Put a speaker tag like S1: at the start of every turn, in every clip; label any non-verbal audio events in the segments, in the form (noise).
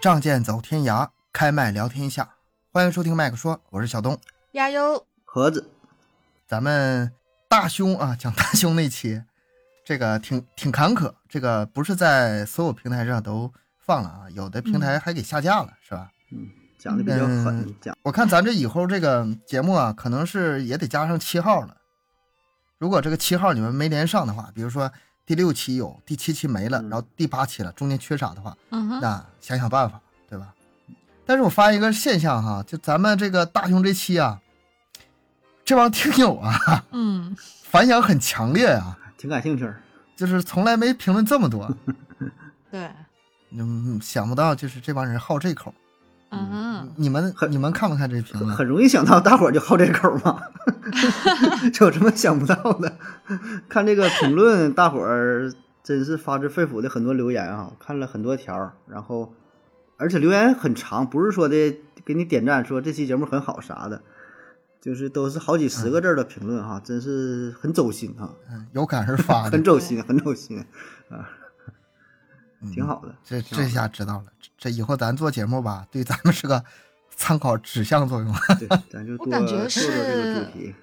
S1: 仗剑走天涯，开麦聊天下。欢迎收听麦克说，我是小东。
S2: 加油！
S3: 盒子，
S1: 咱们大胸啊，讲大胸那期，这个挺挺坎坷，这个不是在所有平台上都放了啊，有的平台还给下架了，是吧？
S3: 嗯，讲的比较狠
S1: 嗯，
S3: 讲
S1: 我看咱这以后这个节目啊，可能是也得加上七号了。如果这个七号你们没连上的话，比如说第六期有，第七期没了，
S3: 嗯
S1: 然后第八期了，中间缺啥的话，
S2: 嗯哼，
S1: 那想想办法，对吧？但是我发现一个现象哈，就咱们这个大熊这期啊，这帮听友啊 (laughs)
S2: 嗯，
S1: 反响很强烈啊，
S3: 挺感兴趣儿。
S1: 就是从来没评论这么多， (laughs)
S2: 对，
S1: 嗯，想不到就是这帮人好这口。
S2: 嗯哼，
S1: 你们
S3: 很
S1: 你们看不看这评论？
S3: 很容易想到大伙儿就好这口嘛， (laughs) 就有这么想不到的。看这个评论，大伙儿真是发自肺腑的很多留言啊，看了很多条儿，然后而且留言很长，不是说的给你点赞说这期节目很好啥的，就是都是好几十个字儿的评论哈、真是很走心哈、
S1: 嗯，有感而发的
S3: 很，走心，很走心，挺
S1: 嗯
S3: 好的。
S1: 这
S3: 挺好
S1: 这下知道了，这这以后咱做节目吧，对咱们是个 (laughs) 参考指向作用。 (laughs)
S3: 对，咱就
S2: 我
S3: 多
S2: 感
S3: 做
S2: 觉
S3: 做这个
S2: 是
S3: 主题。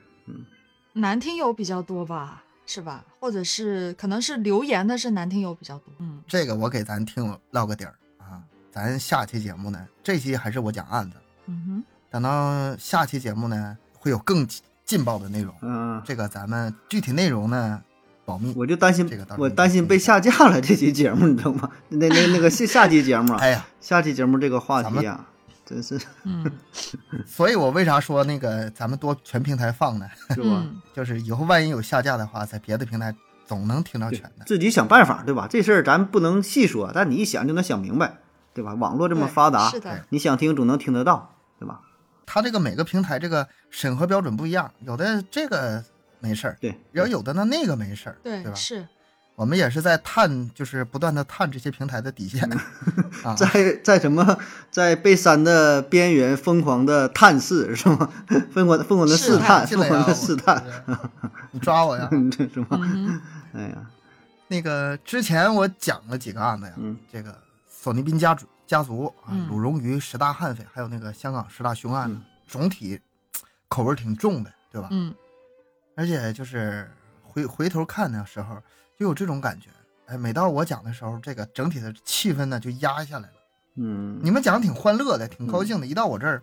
S2: 男听友比较多吧，是吧？或者是可能是留言的是男听友比较多。嗯
S1: 这个我给咱听友唠个底儿啊，咱下期节目呢，这期还是我讲案子，
S2: 嗯
S1: 等到下期节目呢，会有更劲爆的内容。
S3: 嗯，
S1: 这个咱们具体内容呢，保密。
S3: 我就担心
S1: 这个到时，候
S3: 我
S1: 你
S3: 担心被下架了这期节目，你知道吗？那那那个下下期节目啊，
S1: 哎呀，
S3: 下期节目这个话
S1: 咱
S3: 题
S1: 们
S3: 啊，真是是
S2: 哼， (laughs) 嗯，
S1: 所以我为啥说那个咱们多全平台放呢？
S3: 吧？
S2: 嗯
S1: 就是以后万一有下架的话，在别的平台总能听到全的。
S3: 自己想办法，对吧？这事儿咱不能细说，但你一想就能想明白，对吧？网络这么
S2: 对
S3: 发达
S2: 是，的，
S3: 你想听总能听得到，对吧？
S1: 它这个每个平台这个审核标准不一样，有的这个没事儿，
S3: 对，
S1: 然后有的呢那个没事儿，对
S2: 对，
S1: 吧？
S2: 是，
S1: 我们也是在探，就是不断的探这些平台的底线啊。
S3: 嗯 (laughs) 在在什么在被删的边缘疯狂的探视，是吗？ (laughs) 疯狂疯狂的
S2: 是
S3: 试
S2: 啊
S3: 探，
S1: 进
S3: 疯
S1: 来呀
S3: 狂的试探，， (laughs)
S1: 我你抓我呀！
S3: 嗯这是吗？
S2: (laughs) 嗯
S3: 哎呀，
S1: 那个之前我讲了几个案子呀，
S3: 嗯
S1: 这个索尼宾家族家族啊
S2: 嗯，
S1: 鲁荣于十大悍匪，还有那个香港十大凶案，
S3: 嗯
S1: 总体口味挺重的，对吧？
S2: (laughs) 嗯
S1: 而且就是回回头看的时候，就有这种感觉。哎，每到我讲的时候，这个整体的气氛呢就压下来了。
S3: 嗯，
S1: 你们讲的挺欢乐的，挺高兴的，一到我这儿，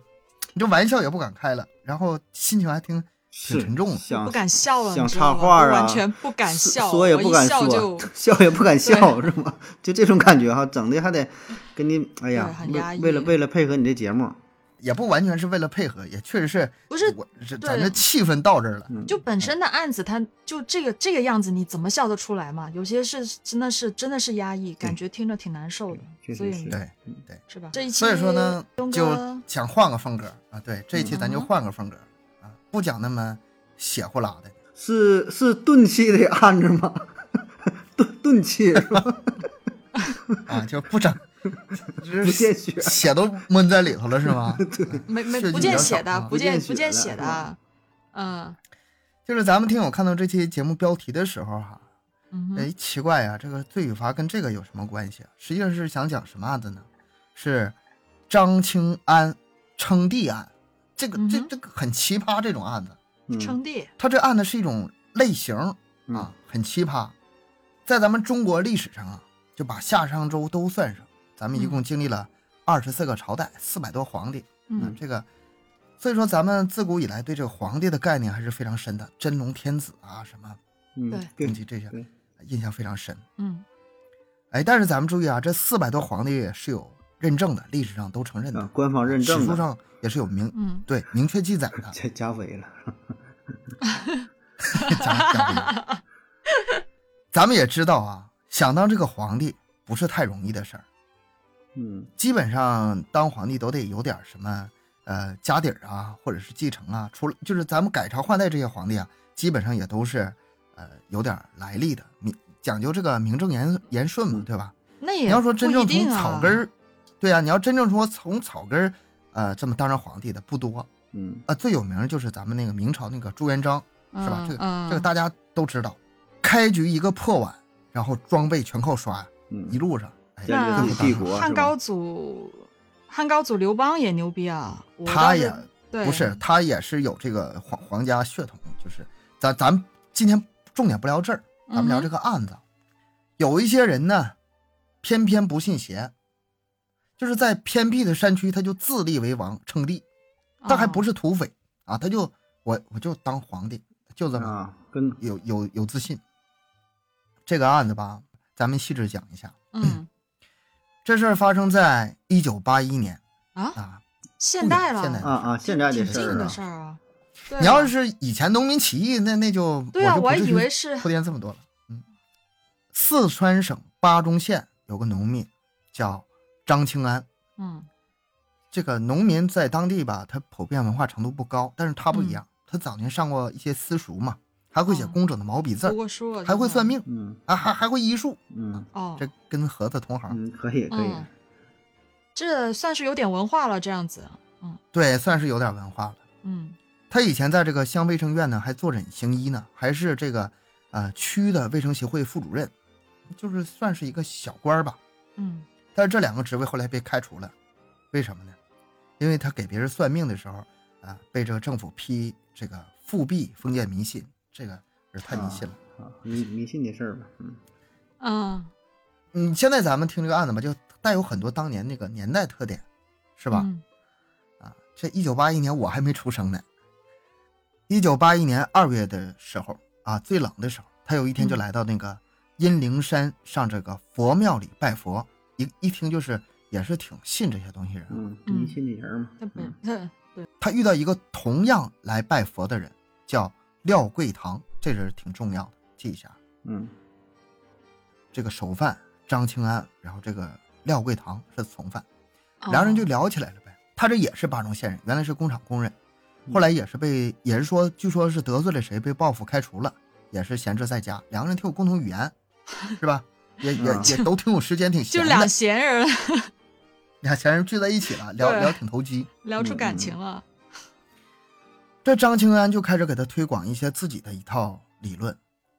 S1: 你这玩笑也不敢开了，然后心情还挺挺
S3: 是
S1: 沉重的
S2: 嗯，
S3: 想
S2: 不敢笑了，
S3: 想
S2: 你知道
S3: 插
S2: 吗
S3: 话
S2: 我
S3: 啊
S2: 完全不敢
S3: 是
S2: 笑，
S3: 说也不敢
S2: 我一笑
S3: 说
S2: 就，
S3: (laughs) 笑也不敢笑，是吗？就这种感觉哈，整的还得跟你，哎呀
S2: 对，很压
S3: 为
S2: 抑
S3: 为了为了配合你这节目，
S1: 也不完全是为了配合，也确实是
S2: 不是
S1: 我这咱
S2: 对
S1: 这气氛到这儿了。
S3: 嗯，
S2: (laughs) 就本身的案子，它就这个这个样子，你怎么笑得出来嘛？有些是真的是真的是压抑，感觉听着挺难受
S3: 确
S2: 的，
S3: 实
S2: 所以
S3: 是
S1: 对，
S2: 是吧？这一期
S1: 所以说呢
S2: 东，
S1: 就
S2: 哥，
S1: 想换个风格啊。对，这一期咱就
S2: 嗯
S1: 换个风格啊，不讲那么血呼啦的。
S3: 是是钝器的案子吗？钝钝器是
S2: (laughs)
S3: 吧？
S1: 啊，就不整，不
S3: 不见血
S1: 血都闷在里头了是吗？
S2: 没没
S1: 设计
S2: 不
S1: 比
S2: 见
S1: 较
S2: 血
S1: 少
S2: 的
S1: 啊，
S2: 不见
S3: 不
S2: 不
S3: 见
S2: 见
S3: 血的
S2: 血的，啊嗯
S1: 就是咱们听友看到这期节目标题的时候哈、
S2: 嗯哼
S1: 哎，奇怪呀、这个罪与罚跟这个有什么关系啊？实际上是想讲什么案子呢？是张清安称帝案，这个、这
S2: 嗯哼
S1: 这个很奇葩这种案子，
S3: 嗯
S2: 称帝，
S1: 它这案子是一种类型啊，
S3: 嗯
S1: 很奇葩，在咱们中国历史上啊，就把夏商周都算上，咱们一
S2: 嗯
S1: 共经历了二十四个朝代，四百多皇帝，啊
S2: 嗯，
S1: 这个，所以说咱们自古以来对这个皇帝的概念还是非常深的，真龙天子啊，什么
S3: 嗯
S2: 对，
S1: 东
S3: 对，
S1: 西这些
S3: 对，
S1: 印象非常深。
S2: 嗯
S1: 哎，但是咱们注意啊，这四百多皇帝是有认证的，历史上都承认的，
S3: 啊，官方认证
S1: 史书
S3: 的，。
S1: 上也是有明、
S2: 嗯，
S1: 对明确记载的
S3: 加加肥了，
S1: 讲讲明 (laughs) 咱们也知道啊，想当这个皇帝不是太容易的事儿，
S3: 嗯
S1: 基本上当皇帝都得有点什么。呃，家底儿啊，或者是继承啊，除了就是咱们改朝换代这些皇帝啊，基本上也都是，呃，有点儿来历的，名讲究这个名正言言顺嘛，对吧？
S2: 那嗯也
S1: 你要说真
S2: 不
S1: 正
S2: 一
S1: 从
S2: 定啊
S1: 草根儿，对呀、你要真正说从草根儿，呃，这么当上皇帝的不多。
S3: 嗯
S1: 呃，最有名儿就是咱们那个明朝那个朱元璋，是吧？
S2: 嗯
S1: 这个、
S2: 嗯
S1: 这个大家都知道，开局一个破碗，然后装备全靠刷，
S3: 嗯
S1: 一路上，哎，哎
S3: 这
S2: 那
S3: 个帝国
S2: 汉
S3: 是吧
S2: 高祖，汉高祖刘邦也牛逼啊！我
S1: 他
S2: 当时
S1: 也
S2: 对
S1: 不是，他也是有这个皇皇家血统，就是咱咱今天重点不聊这儿，咱
S2: 嗯
S1: 们聊这个案子。有一些人呢，偏偏不信邪，就是在偏僻的山区，他就自立为王称帝，但还不
S2: 是
S1: 是土匪啊，他就我我就当皇帝，就这么
S3: 啊，跟
S1: 有有有自信。这个案子吧，咱们细致讲一下。
S2: 嗯
S1: 这事儿发生在一九八一年
S2: 啊，
S1: 啊，
S2: 现代了，
S1: 现代
S3: 啊啊，现在
S2: 挺
S3: 的
S2: 近
S3: 事儿
S2: 的
S3: 啊
S2: 事，儿啊。对
S1: 你要
S2: 啊
S1: 是以前农民起义，那那就
S2: 对啊，
S1: 就不
S2: 我
S1: 至
S2: 以
S1: 于
S2: 为是
S1: 铺垫这么多了。嗯，四川省巴中县有个农民叫张清安，
S2: 嗯
S1: 这个农民在当地吧，他普遍文化程度不高，但是他不一
S2: 嗯
S1: 样，他早年上过一些私塾嘛，还会写
S2: 哦
S1: 工整的毛笔字
S2: 读
S1: 儿，
S2: 过书啊，
S1: 还会
S2: 这
S1: 算
S2: 种
S1: 命，
S3: 嗯
S1: 啊，还还会医术，
S3: 嗯
S2: 哦，
S1: 这跟盒子同行，
S3: 嗯，可以可以，
S2: 嗯这算是有点文化了，这样子，
S1: 对，算是有点文化了。
S2: 嗯
S1: 他以前在这个乡卫生院呢，还坐诊行医呢，还是这个呃区的卫生协会副主任，就是算是一个小官儿吧。
S2: 嗯
S1: 但是这两个职位后来被开除了，为什么呢？因为他给别人算命的时候，啊、被这个政府批这个复辟封建迷信，这个是太迷信了。
S3: 啊，迷迷信的事儿吧，嗯
S2: 嗯，
S1: 嗯，现在咱们听这个案子吧，就带有很多当年那个年代特点，是
S2: 是
S1: 吧？啊，这一九八一年我还没出生呢。一九八一年二月的时候啊，最冷的时候，他有一天就
S2: 嗯
S1: 来到那个阴灵山上这个佛庙里拜佛，一一听就是也是挺信这些东西人啊。
S3: 嗯，
S2: 嗯
S3: 迷信的人儿嘛
S2: 那，本
S3: 嗯
S2: 他
S1: 他遇到一个同样来拜佛的人，叫廖桂堂，这人挺重要的，记一下。
S3: 嗯
S1: 这个首犯张清安，然后这个廖桂堂是从犯，
S2: 哦
S1: 两人就聊起来了呗。他这也是巴中县人，原来是工厂工人，
S3: 嗯
S1: 后来也是被，也是说，据说是得罪了谁，被报复开除了，也是闲置在家。两个人挺有共同语
S2: (laughs)
S1: 言，是吧？也也
S3: 嗯
S1: 也都挺有时间，挺闲
S2: 就
S1: 的。
S2: 两闲人
S1: 俩闲人聚在一起了，聊
S2: 对
S1: 聊挺投机。
S2: 聊出感
S3: 嗯
S2: 情了，
S1: 这张清安就开始给他推广一些自己的一套理论。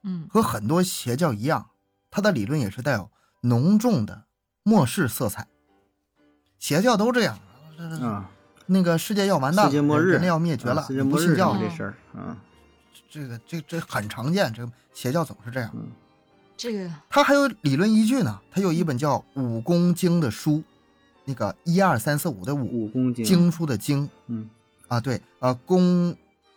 S2: 嗯
S1: 和很多邪教一样，它的理论也是带有浓重的末世色彩。邪教都这样，
S3: 啊，
S1: 啊那个世界要完蛋了，
S3: 世界末日
S1: 人类要灭绝了，
S3: 啊世
S1: 你
S3: 界
S1: 不
S3: 末
S1: 信
S3: 日
S1: 教
S3: 啊
S2: 了
S3: 这事儿啊，
S1: 这个这这很常见，这个邪教总是这样。
S3: 嗯
S2: 这个
S1: 它还有理论依据呢，它有一本叫《武功经》的书，那个一二三四五的五，
S3: 五公斤，
S1: 经书的经
S3: 嗯
S1: 啊，对，呃，公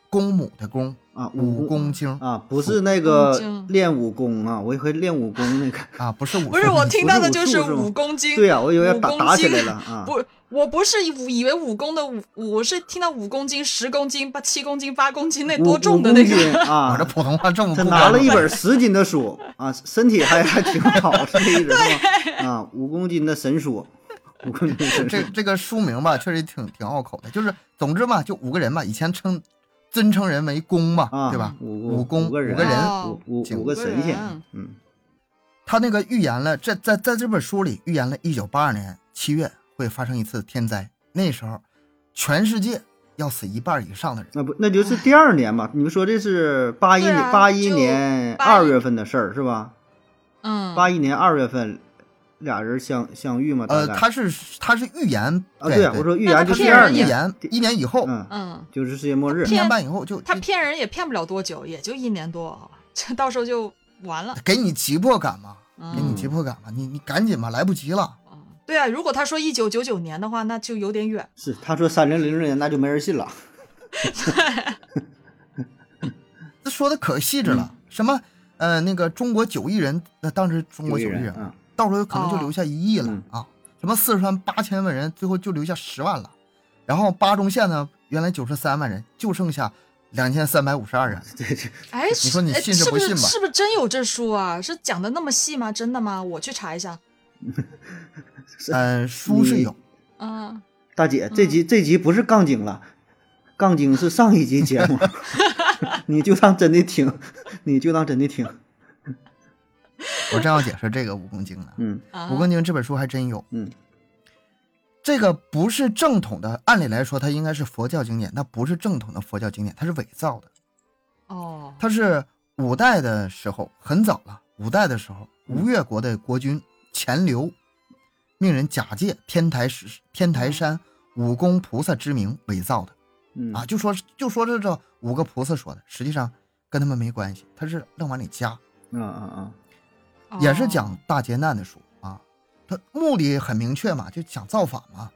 S1: 公母的公，
S3: 啊，
S1: 武
S3: 功
S1: 功经
S3: 啊，不是那个
S2: 经
S3: 练武功啊，我以为练武功
S2: (laughs)
S3: 那个，
S1: 啊，不是武
S2: 不是
S1: 功
S2: 我
S1: 经
S2: 听
S3: 不
S2: 到
S3: 是
S2: 的
S3: 武
S2: 就
S3: 术
S2: 是
S3: 是吗
S2: 五公斤，
S3: 对啊呀，我以为
S2: 五
S3: 打
S2: 公
S3: 打起
S2: 斤
S3: 来了啊，
S2: 不，我不是以以为五公的五，我是听到五公斤、十公斤、八七公斤、八公斤那
S3: 五
S2: 多重的那
S3: 五公斤
S2: 个。
S1: 我
S3: 啊
S1: 这，普通话这么
S3: 他
S1: 不
S3: 拿
S1: 标
S3: 了
S1: 准
S3: 一本十斤的书啊，身体还还挺好，是这意思吗？啊，五公斤的神书，五公斤的神书
S1: 这这个书名吧，确实挺挺拗口的。就是总之嘛，就五个人嘛，以前称尊称人为公嘛，
S3: 啊，
S1: 对吧？
S3: 五
S1: 武功
S3: 五个
S1: 五
S3: 人，啊
S1: 个人
S2: 哦
S3: 五五
S1: 景
S3: 五个神
S2: 五
S3: 仙
S2: 个人，
S3: 嗯
S1: 他那个预言了，这在在这本书里预言了1982年七月会发生一次天灾，那时候全世界要死一半以上的人。
S3: 那不那就是第二年嘛？你们说这是八一
S2: 对
S3: 年
S2: 啊
S3: 八一
S2: 就
S3: 年
S2: 81
S3: 二月份的事儿是吧？
S2: 嗯，
S3: 八一年二月份，俩人相相遇嘛？大
S1: 呃，
S3: 概
S1: 他是他是预言，
S3: 啊，对啊，我说预言
S2: 那
S3: 就
S1: 他是
S3: 是第
S2: 骗
S3: 二
S2: 人
S1: 预
S2: 也
S3: 年，
S1: 言一年以后，
S3: 嗯，
S2: 嗯，
S3: 就是世界末日
S1: 一，年半以后就
S2: 他骗人也骗不了多久，也就一年多， (laughs) 这到时候就完了。
S1: 给你急迫感嘛，给哎你
S2: 嗯，
S1: 急迫感嘛，你你赶紧吧，来不及了。
S2: 嗯对啊，如果他说一九九九年的话，那就有点远。
S3: 是他说三零零零年那就没人信了，
S1: 这说的可细致
S3: 嗯
S1: 了，什么呃那个中国九亿人，那当时中国
S3: 有
S1: 九
S3: 一
S1: 亿人
S3: 人，啊，
S1: 到时候可能就
S2: 哦
S1: 留下一亿了、
S3: 嗯
S1: 啊！什么四川八千万人，最后就留下十万了。然后巴中县呢，原来九十三万人，就剩下两千三百五十二人。
S3: 对对， (laughs)
S2: 哎，是
S1: 说你
S2: 哎
S1: 信是
S2: 是
S1: 不
S2: 不是
S1: 信吧
S2: 是不是真有这书啊？是讲的那么细吗？真的吗？我去查一下。
S1: 呃，书是有，
S2: 嗯，
S3: 大姐这集这集不是杠精了，杠精是上一集节目，你就当真的听， (laughs) 你就当真的听，
S1: 我正要解释这个《武功经》呢，
S3: 嗯
S2: 啊
S1: 《武功经》这本书还真有。
S3: 嗯
S1: 这个不是正统的，按理来说它应该是佛教经典，那不是正统的佛教经典，它是伪造的。
S2: 啊哦，
S1: 它是五代的时候，很早了，五代的时候，吴越国的国君钱镠命人假借天台石天台山武功菩萨之名伪造的
S3: 嗯
S1: 啊，就说就说是这五个菩萨说的，实际上跟他们没关系，他是愣往里加。
S3: 嗯嗯嗯，
S1: 也是
S2: 哦
S1: 讲大劫难的书啊。他目的很明确嘛，就想造反嘛。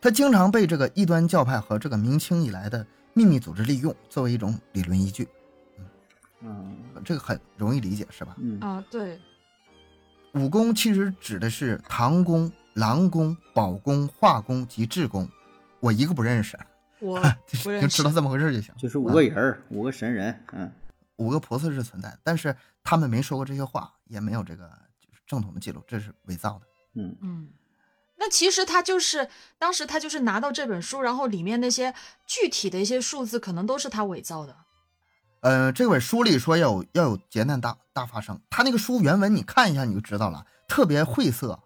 S1: 他经常被这个异端教派和这个明清以来的秘密组织利用，作为一种理论依据，
S3: 嗯
S1: 这个很容易理解，是吧？
S3: 嗯嗯
S2: 啊，对，
S1: 武功其实指的是唐宫、郎宫、宝宫、化宫及智宫，我一个不认识，啊 (laughs)
S2: 我不
S1: 就
S2: 认
S1: 知
S2: 识
S1: 道。这么回事就行。啊
S3: 就是五个人儿，五个神人，嗯
S1: 五个菩萨是存在的，但是他们没说过这些话，也没有这个就是正统的记录，这是伪造的。
S3: 嗯
S2: 嗯，那其实他就是当时他就是拿到这本书，然后里面那些具体的一些数字可能都是他伪造的。
S1: 呃，这本书里说要有要有劫难大大发生，他那个书原文你看一下你就知道了，特别晦涩
S3: 啊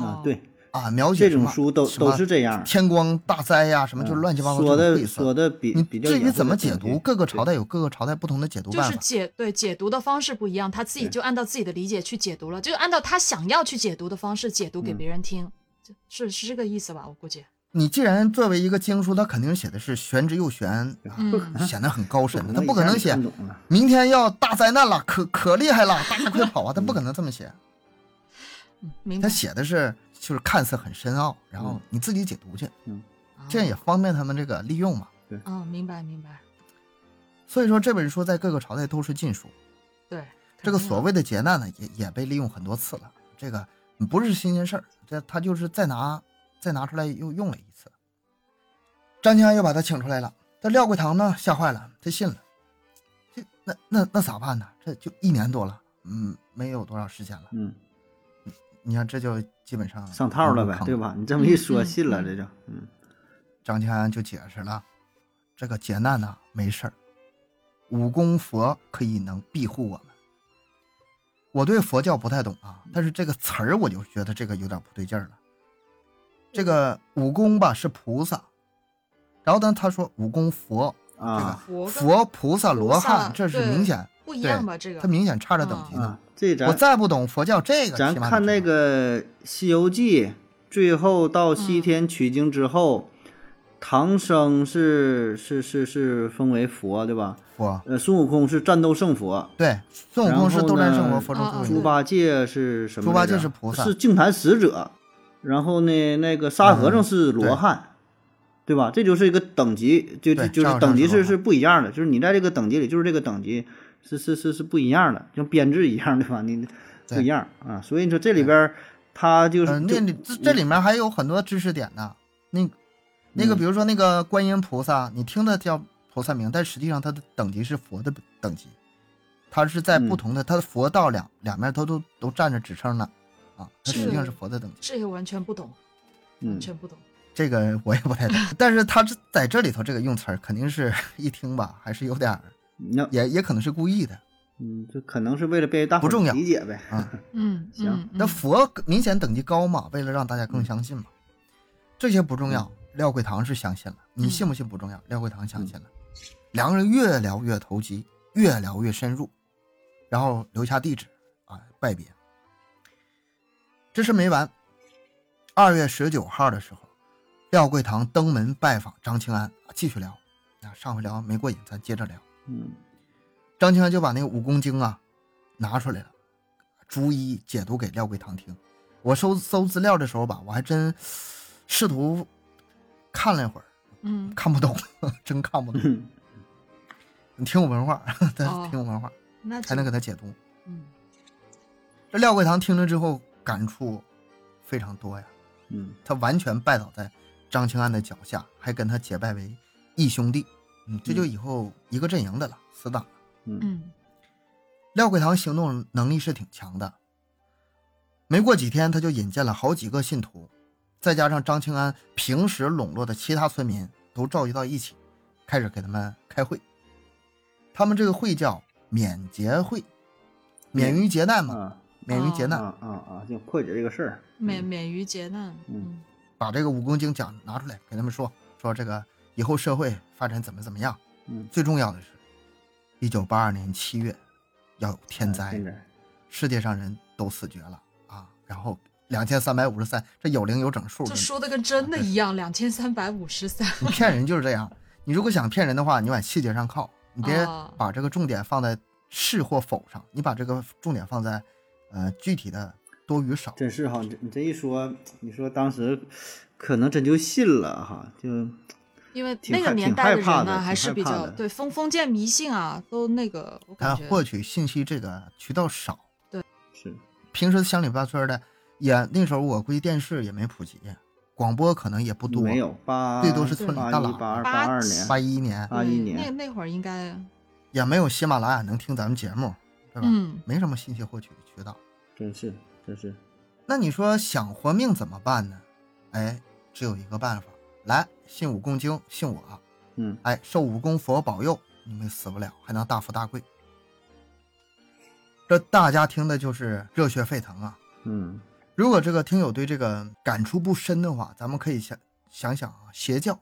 S2: 哦，
S3: 对，
S1: 啊，描写
S3: 这
S1: 什么
S3: 种书都
S1: 什
S3: 都
S1: 么
S3: 是这样，
S1: 天光大灾呀、什么就
S3: 嗯
S1: 乱七八糟
S3: 说
S1: 这种
S3: 的
S1: 晦
S3: 说
S1: 涩。
S3: 的比
S1: 你
S3: 比较
S1: 至
S3: 严
S1: 于
S3: 肃
S1: 怎么
S3: 的
S1: 解
S3: 东
S1: 读，
S3: 西
S1: 各个朝代有各个朝代不同的解读
S2: 就
S1: 办
S2: 是
S1: 法。
S2: 解对解读的方式不一样，他自己
S3: 对
S2: 就按照自己的理解去解读了，就按照他想要去解读的方式解读给
S3: 嗯
S2: 别人听，就是是这个意思吧？我估计，
S1: 你既然作为一个经书，它肯定写的是玄之又玄啊，
S2: 嗯
S1: 显得很高深的，它
S3: 能
S1: 不
S3: 一
S1: 可
S3: 下
S1: 能
S3: 就嗯
S1: 写
S3: 看懂了
S1: 明天要大灾难了，可可厉害了，大家快
S3: (laughs)
S1: 跑啊！它不可能这么写，
S2: 嗯明白
S1: 它。写的是就是看似很深奥，然
S3: 嗯
S1: 后你自己解读去。
S2: 啊
S1: 这样也方便他们这个利用嘛。
S2: 嗯，明白明白，
S1: 所以说这本书在各个朝代都是禁书，
S2: 对
S1: 这个
S2: 肯定
S1: 所谓的劫难呢，也也被利用很多次了。这个不是新鲜事儿，这他就是再拿再拿出来又用了一次。张家又把他请出来了，这廖桂堂呢吓坏了，他信了，这那那那咋办呢？这就一年多了，嗯，没有多少时间了。
S3: 嗯，
S1: 你看这就基本上
S3: 上套了呗，对？吧？你这么一说，
S2: 嗯
S3: 信了
S2: 嗯
S3: 这就，嗯
S1: 张家安就解释了，这个劫难呐、没事儿，武功佛可以能庇护我们。我对佛教不太懂啊，但是这个词儿我就觉得这个有点不对劲儿了。这个武功吧是菩萨，然后呢他说武功佛，
S3: 啊
S2: 佛跟
S1: 佛菩萨罗
S2: 菩萨
S1: 汉，这是
S2: 对
S1: 明显
S2: 不一
S1: 对
S2: 样吧？这个
S1: 他明显差着等级呢。
S3: 啊，这
S1: 嗯我
S3: 咱
S1: 再不懂佛教这个，
S3: 咱
S1: 起码
S3: 看
S1: 得知
S3: 那
S1: 道
S3: 个《西游记》，最后到西天取经之后，唐僧是是是是封为佛，对吧？
S1: 佛，
S3: 呃，孙悟空是战斗圣佛，
S1: 对孙悟
S3: 然
S1: 空是
S3: 后
S1: 斗战胜
S3: 呢
S1: 佛，佛中
S2: 啊啊
S1: 诸
S2: 对
S3: 猪
S1: 神。
S3: 八戒是什
S1: 猪
S3: 么来着？
S1: 八戒是菩萨
S3: 是净坛使者。然后呢，那个沙和尚是罗汉，对吧？这就是一个等级，就就
S1: 嗯对
S3: 就是
S1: 沙和尚是
S3: 等级
S1: 罗
S3: 是
S1: 汉
S3: 是不一样的，就是你在这个等级里，就是这个等级是是是是不一样的，像编制一样，对吧？你
S1: 对
S3: 不一样啊，所以你说这里边儿他就是
S1: 嗯，
S3: 就
S1: 那里这这里面还有很多知识点呢。那那个，
S3: 嗯
S1: 比如说那个观音菩萨，你听的叫菩萨名，但实际上它的等级是佛的等级，它是在不
S3: 嗯
S1: 同的，它的佛道两两面都都都站着支撑呢。啊，它实际上是
S2: 是
S1: 佛的等级，
S2: 这个完全不懂，
S3: 嗯
S2: 完全不懂。
S1: 这个 (laughs) 我也不太懂。但是它这在这里头这个用词儿，肯定是 (laughs) 一听吧，还是有点儿，
S3: 那
S1: 也也可能是故意的。
S3: 嗯，这可能是为了便于大
S1: 不
S3: 伙
S1: 重
S3: 儿
S1: 要
S3: 理解呗。
S2: 嗯，
S3: 行
S2: 嗯
S1: 那
S2: 嗯
S1: 佛明显等级高嘛，为了让大家更相信嘛，这些不重要。廖桂堂是相信了，你信不信不重要，廖桂堂相信了。两个人越聊越投机，越聊越深入，然后留下地址啊，拜别。这事没完，二月十九号的时候，廖桂堂登门拜访张清安，啊继续聊。啊，上回聊没过瘾，咱接着聊。
S3: 嗯
S1: 张清安就把那个武功经啊拿出来了，逐一解读给廖桂堂听。我搜搜资料的时候吧，我还真试图看了一会儿，
S2: 嗯，
S1: 看不懂， (laughs) 真看不懂。
S3: 嗯
S1: 你挺有文化， (laughs) 但
S2: 哦
S1: 是挺有文化，
S2: 那
S1: 才
S2: 这
S1: 能给他解读。
S2: 嗯
S1: 这廖桂堂听了之后感触非常多呀，
S3: 嗯
S1: 他完全拜倒在张清安的脚下，还跟他结拜为义兄弟。嗯，这就以后一个阵营的了，死党。
S3: 嗯
S2: 嗯
S1: 廖桂堂行动能力是挺强的，没过几天他就引荐了好几个信徒，再加上张清安平时笼络的其他村民都召集到一起，开始给他们开会。他们这个会叫免劫会，免于劫难嘛，
S3: 啊
S1: 免于劫
S3: 啊
S1: 难，
S3: 啊啊，就破解这个事儿。
S2: 免免于劫难。嗯
S3: 嗯
S1: 把这个武功经讲拿出来给他们说说这个以后社会发展怎么怎么样。
S3: 嗯，
S1: 最重要的是，一九八二年嗯七月要有天灾，
S3: 现在
S1: 世界上人都死绝了啊，然后两千三百五十三，这有零有整数
S2: 嗯就，说的跟真的
S3: 啊哎
S2: 一样，两千三百五十三。
S1: 你骗人就是这样。你如果想骗人的话，你往细节上靠，你别
S2: 哦
S1: 把这个重点放在是或否上，你把这个重点放在呃具体的多与少。
S3: 真是哈，你这你这一说，你说当时可能真就信了哈，就
S2: 因为
S3: 挺
S2: 那个
S3: 害
S2: 年
S3: 挺
S2: 代
S3: 害
S2: 人
S3: 怕
S2: 呢，
S3: 的
S2: 还
S3: 挺
S2: 是
S3: 害
S2: 比
S3: 怕
S2: 较
S3: 的啊
S2: 对封封建迷信啊，都那个，我
S1: 他
S2: 感觉
S1: 获取信息这个渠道少，
S3: 是
S1: 平时乡里八村的也那时候我估计电视也没普及，广播可能也不多。
S3: 没有啊八，
S1: 最多是村里大
S3: 八
S1: 喇
S3: 一
S1: 叭
S3: 八二
S2: 八
S3: 八二
S2: 几
S3: 年，
S1: 八一年
S3: 81
S2: 对
S3: 年
S2: 那那会儿应该，
S1: 也没有喜马拉雅能听咱们节目，对吧？
S2: 嗯，
S1: 没什么信息获取渠道。
S3: 真是真是
S1: 那你说想活命怎么办呢？哎，只有一个办法，来信武功经，信我，
S3: 嗯。
S1: 哎，受武功佛保佑，你们死不了，还能大富大贵。这大家听的就是热血沸腾啊！
S3: 嗯，
S1: 如果这个听友对这个感触不深的话，咱们可以想想想啊，邪教，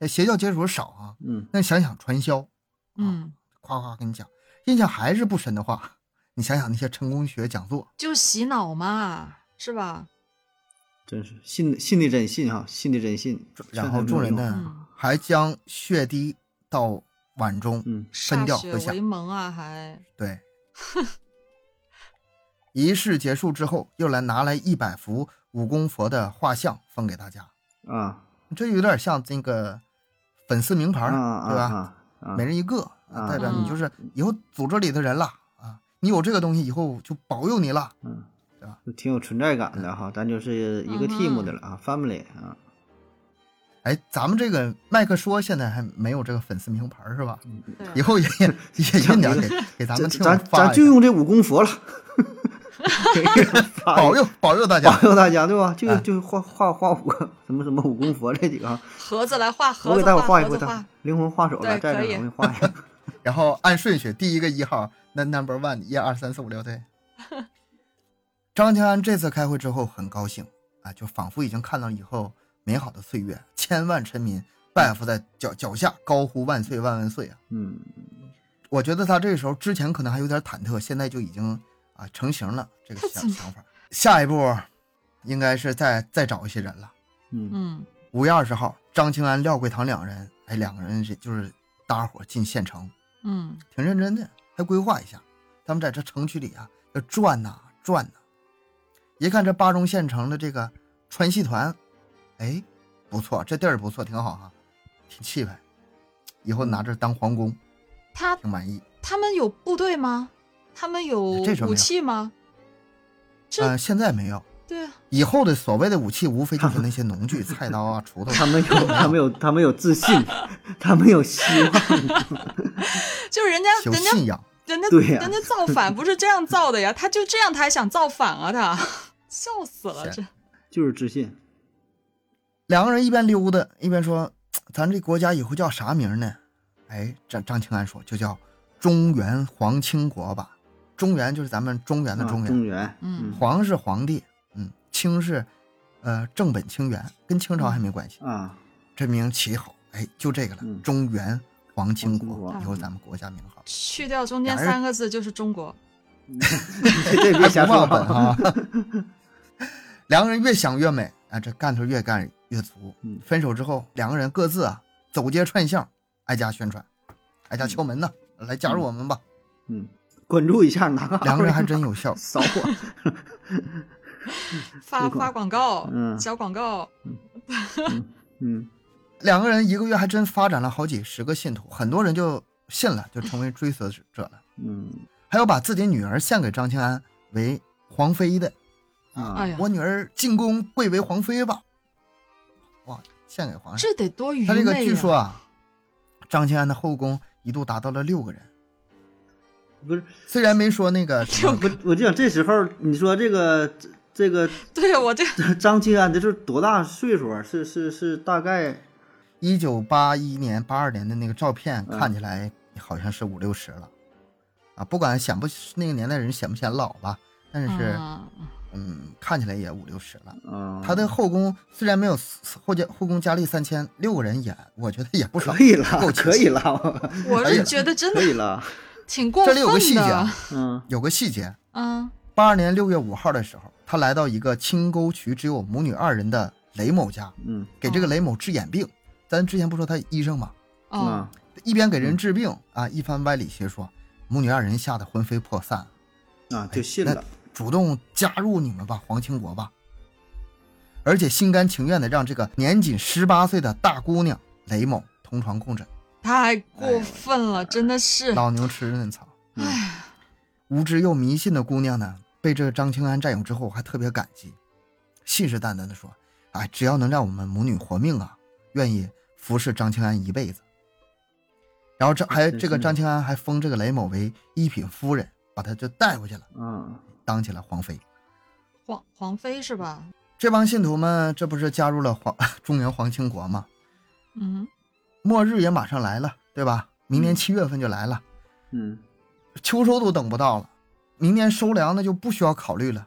S1: 哎邪教接触少啊，
S3: 嗯，
S1: 那想想传销，
S2: 嗯，
S1: 夸夸跟你讲，印象还是不深的话，你想想那些成功学讲座，
S2: 就洗脑嘛，是吧？
S3: 真是信的信的真信哈，信的真信。
S1: 然后众人
S3: 劝他没有用？
S1: 呢
S2: 嗯
S1: 还将血滴到碗中
S3: 嗯
S1: 分
S2: 歃
S1: 掉
S2: 血
S1: 喝下
S2: 为。盟啊，还
S1: 对，仪式结束之后，又来拿来一百幅武功佛的画像分给大家，
S3: 啊
S1: 这有点像那个粉丝名牌儿，
S3: 啊啊
S1: 对吧？
S3: 啊啊！
S1: 每人一个，
S3: 啊
S1: 代表你就是以后组织里的人了啊！你有这个东西以后就保佑你了。
S3: 嗯
S1: 对吧，
S3: 就挺有存在感的哈，咱就是一个
S2: 嗯哼
S3: team 的了啊，family 啊，
S1: 哎，咱们这个麦克说现在还没有这个粉丝名牌儿是吧？
S3: 嗯
S2: 对
S1: 以后也也
S3: (laughs)
S1: 也酝酿给给咱
S3: 咱
S1: 们听众
S3: 咱
S1: 发
S3: 咱
S1: 一
S3: 就
S1: 下
S3: 用这武功
S1: (laughs)
S3: 佛了， (laughs) 给他发
S1: 保
S3: 一
S1: 佑保佑大
S3: 个
S1: 家
S3: 保。佑大家对吧？就
S1: 哎
S3: 就画画画五个什么什么武功佛这几个啊，
S2: 盒子来画
S3: 我
S2: 盒
S3: 给
S2: 子
S3: 大伙
S2: 画
S3: 画一
S2: 盒
S3: 幅，
S2: 子画
S3: 大，灵魂画手了，
S2: 对
S3: 在这
S2: 可以
S3: 儿我给你画一
S1: (laughs)
S3: 个。
S1: 然后按顺序，第一个一号，那 number one，一二三四五六，
S3: (laughs)
S1: 对。张家安这次开会之后很高兴啊，就仿佛已经看到以后美好的岁月，千万臣民拜伏在脚脚下，高呼万岁万万岁啊！
S3: 嗯，
S1: 我觉得他这时候之前可能还有点忐忑，现在就已经啊成型了这个
S2: 他
S1: 想
S2: 怎么
S1: 想法。
S3: (laughs)
S1: 下一步应该是再再找一些人了。
S3: 嗯
S2: 嗯
S1: 五月二十号，张清安、廖桂堂两人，哎，两个人是就是搭伙进县城，
S2: 嗯
S1: 挺认真的，还规划一下。他们在这城区里啊，要转呐、转呐、一看这巴中县城的这个川戏团，哎，不错，这地儿不错，挺好哈、挺气派。以后拿这当皇宫，
S2: 他
S1: 挺满意。
S2: 他们有部队吗？他们有
S1: 这时候没有
S2: 武器吗？
S3: 嗯
S2: 这
S1: 呃，现在没有，
S2: 对
S3: (laughs)
S2: 啊，
S1: 以后的所谓的武器，无非就是那些农具、菜刀啊、锄头啊。
S3: 他们有，他们有，他们有自信，
S1: (laughs)
S3: 他们有希望。
S2: 就是人家
S1: 有
S2: 人家
S1: 啊信仰，
S2: 人家
S3: (laughs) 对呀
S2: 人家造反不是这样造的呀，他就这样，他还想造反啊？他 (laughs) 笑死了，
S1: 是
S2: 这
S3: 就是自信。
S1: 两个人一边溜达一边说：“咱这国家以后叫啥名呢？”哎，张张清安说：“就叫中原皇清国吧。中原就是咱们中原的
S3: 啊
S1: 中原，
S3: 中原，
S2: 嗯
S1: 皇是皇帝，嗯，清是，呃，正本清源，跟清朝还没关系。
S3: 啊，
S1: 这名起好，哎，就这个了，
S3: 嗯
S1: 中原皇清
S3: 皇
S1: 国
S3: 清国
S1: 以后咱们国家名号。
S2: 去掉中间
S1: 俩人
S2: 三个字就是中国。
S3: 这这别瞎
S1: 不
S3: 说
S1: 忘本
S3: 啊。
S1: 啊！ (laughs) 两个人越想越美啊，这干头越干越足
S3: 嗯。
S1: 分手之后，两个人各自啊走街串巷，挨家宣传，挨家敲门呢，来加入我
S3: (laughs)
S1: 们吧。
S3: 嗯，关注一下哪个？，
S1: 两个人还真有效
S3: 扫我。
S2: 发
S3: 推广
S2: 发广告，
S3: 嗯
S2: 小广告，
S3: 嗯
S1: 两个人一个月还真发展了好几十个信徒，很多人就信了，就成为追随者了。 (laughs)
S3: 嗯
S1: 还有把自己女儿献给张清安为皇妃的，
S2: 哎
S3: 啊，
S2: 呀，
S1: 我女儿进宫贵为皇妃吧。哇，献给皇上。
S2: 这得多愚昧
S1: 他
S2: 呀！
S1: 这个据说啊，张清安的后宫一度达到了六个人，
S3: 不是，
S1: 虽然没说那个什么，
S3: 我我就想这时候你说这个这这个
S2: 对我这
S3: 张清安这是多大岁数啊？是是是，大概
S1: 一九八一年、八二年的那个照片，
S3: 嗯
S1: 看起来好像是五六十了，啊，不管显不那个年代人显不显老吧，但是
S2: 嗯
S1: 嗯，看起来也五六十了。
S3: 啊，
S1: 他的后宫虽然没有四后家后宫佳丽三千，六个人也我觉得也不少，
S2: 哎
S3: 可以了
S1: 够，气
S3: 可以了，
S2: 我
S1: 哎呀
S2: 是觉得真
S3: (laughs) 可
S1: (laughs)
S2: 的
S3: 以了。
S2: 挺过
S1: 这里
S2: 分
S1: 有个细节
S2: 的
S1: 啊。
S3: 嗯
S1: 有个细节，
S2: 嗯，
S1: 八二年六月五号的时候，他来到一个清沟渠只有母女二人的雷某家，
S3: 嗯
S1: 给这个雷某治眼病。咱之前不说他医生嘛，
S3: 啊
S2: 哦，
S1: 一边给人治病啊，一番歪理邪说，母女二人吓得魂飞魄散，
S3: 嗯啊，就信了。
S1: 主动加入你们吧，皇清国吧。而且心甘情愿的让这个年仅十八岁的大姑娘雷某同床共枕，
S2: 太
S3: 哎呦
S2: 过分了，真的 (laughs) 是，
S1: 老牛吃嫩草。
S3: 嗯
S1: 无知又迷信的姑娘呢，被这张清安占有之后，还特别感激，信誓旦旦地说：“哎，只要能让我们母女活命啊，愿意服侍张清安一辈子。”然后这还
S3: 真
S1: 这个
S3: 是
S1: 张清安还封这个雷某为一品夫人，把她就带回去了，
S3: 嗯
S1: 当起了皇妃。
S2: 皇皇妃是吧？
S1: 这帮信徒们，这不是加入了皇 (laughs) 中原皇清国吗？
S2: 嗯，
S1: 末日也马上来了，对吧？明年七月份就来了，
S3: 嗯
S1: 秋收都等不到了，明年收粮那就不需要考虑了。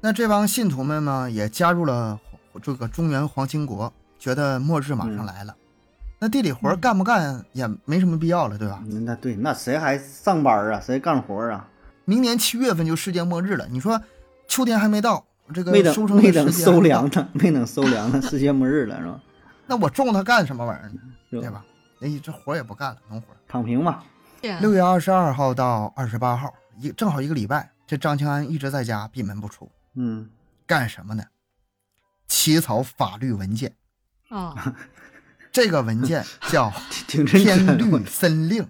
S1: 那这帮信徒们呢，也加入了这个中原皇亲国，觉得末日马
S3: 嗯
S1: 上来了。那地里活儿干不干也没什么必要了，对吧？
S3: 嗯，那对，那谁还上班啊？谁干活啊？
S1: 明年七月份就世界末日了，你说秋天还没到，这个
S3: 没
S1: 收
S3: 等
S1: 成
S3: 没
S1: 的时
S3: 等
S1: 节
S3: 收
S1: 还没
S3: 粮
S1: 到，
S3: 呢， (laughs) 没等收粮呢，世界末日了是
S1: (laughs)
S3: 吧？
S1: 那我种它干什么玩意儿呢？
S3: 是
S1: 对？吧？哎，这活儿也不干了，农活儿。
S3: 躺平吧。
S2: 天
S1: 六月二十二号到二十八号，一正好一个礼拜，这张清安一直在家闭门不出，
S3: 嗯，
S1: 干什么呢？起草法律文件，
S2: 啊，
S1: 这个文件叫《
S3: (laughs) 挺真
S1: 天
S3: 诚。
S1: 律森令》。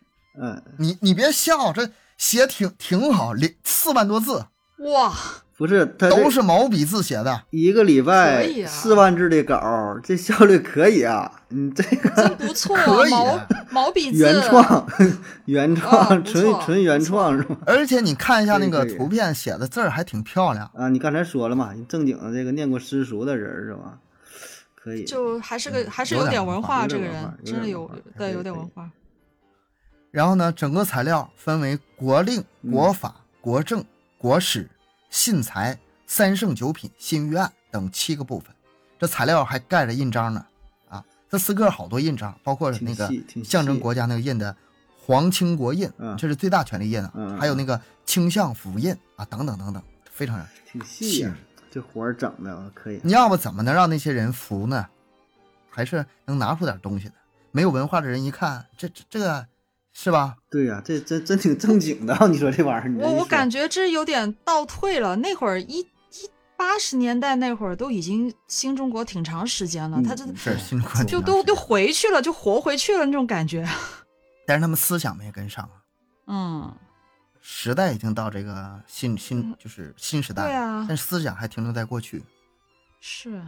S3: (laughs) 嗯，
S1: 你你别笑，这写挺挺好，连四万多字，
S2: 哇，
S3: 不是，他这
S1: 都是毛笔字写的。
S3: 一个礼
S2: 可以
S3: 拜
S2: 啊
S3: 四万字的稿儿，这效率可以啊！你这
S2: 真不错啊，
S1: 可以
S2: 毛
S1: 啊
S2: 毛笔字，
S3: 原创， (laughs) 原创，
S2: 哦不错
S3: 纯纯原创是吧？
S1: 而且你看一下那个
S3: 可以可以
S1: 图片，写的字儿还挺漂亮。
S3: 啊，你刚才说了嘛，正经的这个念过私塾的人儿是吧？可以，
S2: 就还是个还是
S1: 有
S2: 有
S1: 点
S2: 点
S1: 文
S2: 文
S1: 化
S2: 化，
S3: 嗯有
S2: 这个
S3: 点文化
S2: 人
S3: 有
S2: 真的
S3: 点
S2: 有
S3: 文化可
S2: 对
S3: 以
S2: 有点
S3: 可以
S2: 文化，
S1: 然后呢，整个材料分为国令、
S3: 嗯
S1: 国法、国政、国史、信财、三圣九品、新御案等七个部分。这材料还盖着印章呢，啊，这斯克尔好多印章，包括那个
S3: 挺细挺细
S1: 象征国家那个印的皇亲国印
S3: 嗯，
S1: 这是最大权力印啊，
S3: 嗯嗯
S1: 还有那个倾向府印啊，等等等等，非常。
S3: 挺细呀、这活儿整的可以。
S1: 你要不怎么能让那些人服呢？还是能拿出点东西的。没有文化的人一看，这这这，是吧？
S3: 对呀、这真真挺正经的啊！你说这玩意儿，你这
S2: 我
S3: 一
S2: 我
S3: 说
S2: 感觉这有点倒退了。那会儿一一八十年代那会儿都已经新中国挺长时间了，
S3: 嗯
S2: 他这
S3: 嗯
S1: 是新中国
S2: 就
S1: 年代
S2: 都
S1: 是这
S2: 都
S1: 样
S2: 回去了，就活回去了那种感觉。
S1: 但是他们思想没跟上啊，
S2: 嗯，
S1: 时代已经到这个新新就是新时代了，
S2: 对啊
S1: 但是思想还停留在过去。
S2: 是，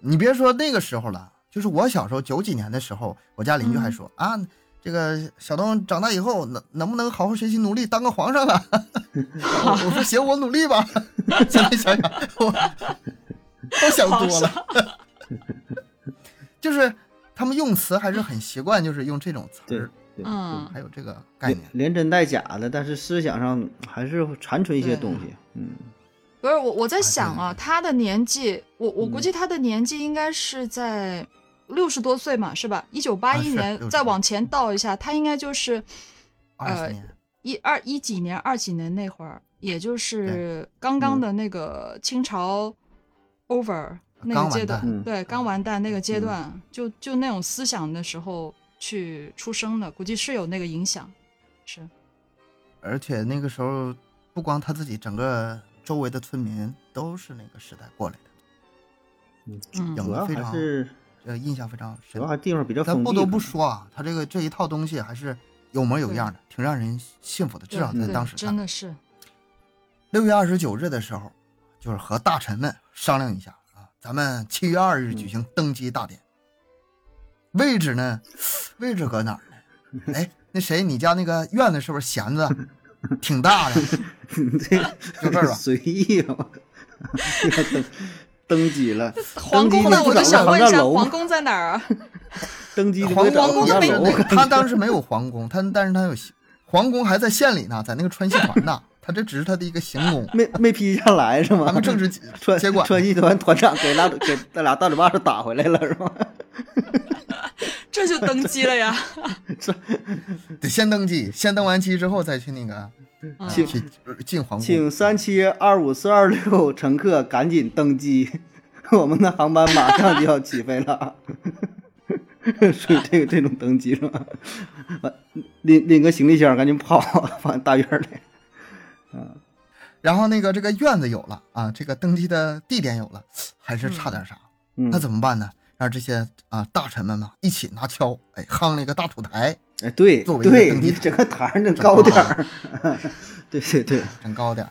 S1: 你别说那个时候了，就是我小时候九几年的时候，我家邻居
S2: 嗯
S1: 还说、啊，这个小东长大以后能能不能好好学习努力当个皇上啊？ (laughs) 我我说行，我努力吧。 (laughs) 现在想想，我都想多了。
S2: (laughs)
S1: 就是他们用词还是很习惯，就是用这种词
S3: 对
S1: 儿，
S3: 对，
S2: 嗯
S1: 还有这个概
S3: 连
S1: 念。
S3: 连真带假的，但是思想上还是残存一
S2: 对
S3: 些东西。嗯，
S2: 不是我我在
S1: 对
S2: 想啊，
S1: 对对
S2: 他的年纪，我我估
S3: 嗯
S2: 计他的年纪应该是在六十多岁嘛，是吧？一九八
S1: 啊是
S2: 一年
S1: 60
S2: 再往
S3: 嗯
S2: 前倒一下，他应该就是
S1: 二十
S2: 呃
S1: 年，
S2: 一二一几年、二几年那会儿，也就是刚
S1: 嗯
S2: 刚的那个清朝 over 那
S1: 刚
S2: 个阶
S1: 完
S2: 段，
S1: 蛋嗯
S3: 嗯
S2: 对，刚完蛋那个阶段，就就那种思想的时候去出生的，估计是有那个影响，是，
S1: 而且那个时候不光他自己，整个周围的村民都是那个时代过来的，
S2: 嗯
S1: 有
S3: 主要
S1: 非常
S3: 还是
S1: 这呃个印象非常
S3: 主
S1: 深
S3: 要。还地方比较
S1: 咱
S3: 封闭。
S1: 不得不，说啊，他这个这一套东西还是有模有样的，挺让人信服的，至
S2: 对
S1: 少在
S2: 对
S1: 当时啊
S2: 真
S1: 看。
S2: 的是， (laughs)
S1: 六月二十九日的时候，就是和大臣们商量一下啊，咱们七月二日举
S2: 嗯
S1: 行登基大典。位置呢？位置搁哪儿呢？哎，那谁，你家那个院子是不是闲着？挺大的，
S3: 你这
S1: 就这儿啊吧
S3: 嗯 (laughs) 随意吧。登登基了，
S2: 皇宫呢
S3: 登基的？
S2: 我
S3: 不
S2: 就
S3: 找
S2: 想
S3: 个
S2: 问一
S3: 航
S2: 下，
S3: 站楼
S2: 皇
S3: 吗？
S2: 宫在哪儿啊？ (laughs)
S3: 登基的不
S1: 皇
S3: 得找
S1: 宫他
S3: 个航
S1: 没
S3: 站
S1: 有
S3: 楼吗？，
S1: 他当时没有皇宫，他但是他有皇宫还在县里呢，在那个川西团呢，他这只是他的一个行
S3: (laughs)
S1: 宫，
S3: 没没批下来是吗？
S1: 咱们政
S3: (laughs)
S1: 治
S3: 川
S1: 接管
S3: 川西团团长给拉给那俩大嘴巴子打回来了是吧？
S1: (laughs)
S2: 这就登基了呀！
S1: 得先登记，先登完记之后再去那个
S2: 嗯
S3: 请
S1: 去呃进皇宫，
S3: 请三七二五四二六乘客赶紧登机， (laughs) 我们的航班马上就要起飞了。 (laughs) 属于这个这种登机是 (laughs) 吧？完拎拎个行李箱赶紧跑，往大院里。
S1: 然后那个这个院子有了啊，这个登基的地点有了，还是差点啥，
S3: 嗯，
S1: 那怎么办呢？让这些啊大臣们嘛一起拿锹，哎，夯了一个大土台，
S3: 哎，对
S1: 作为一个
S3: 对，
S1: 登机
S3: 你
S1: 塔
S3: 整个台儿整高点儿， (laughs) 对对对，
S1: 整高点儿，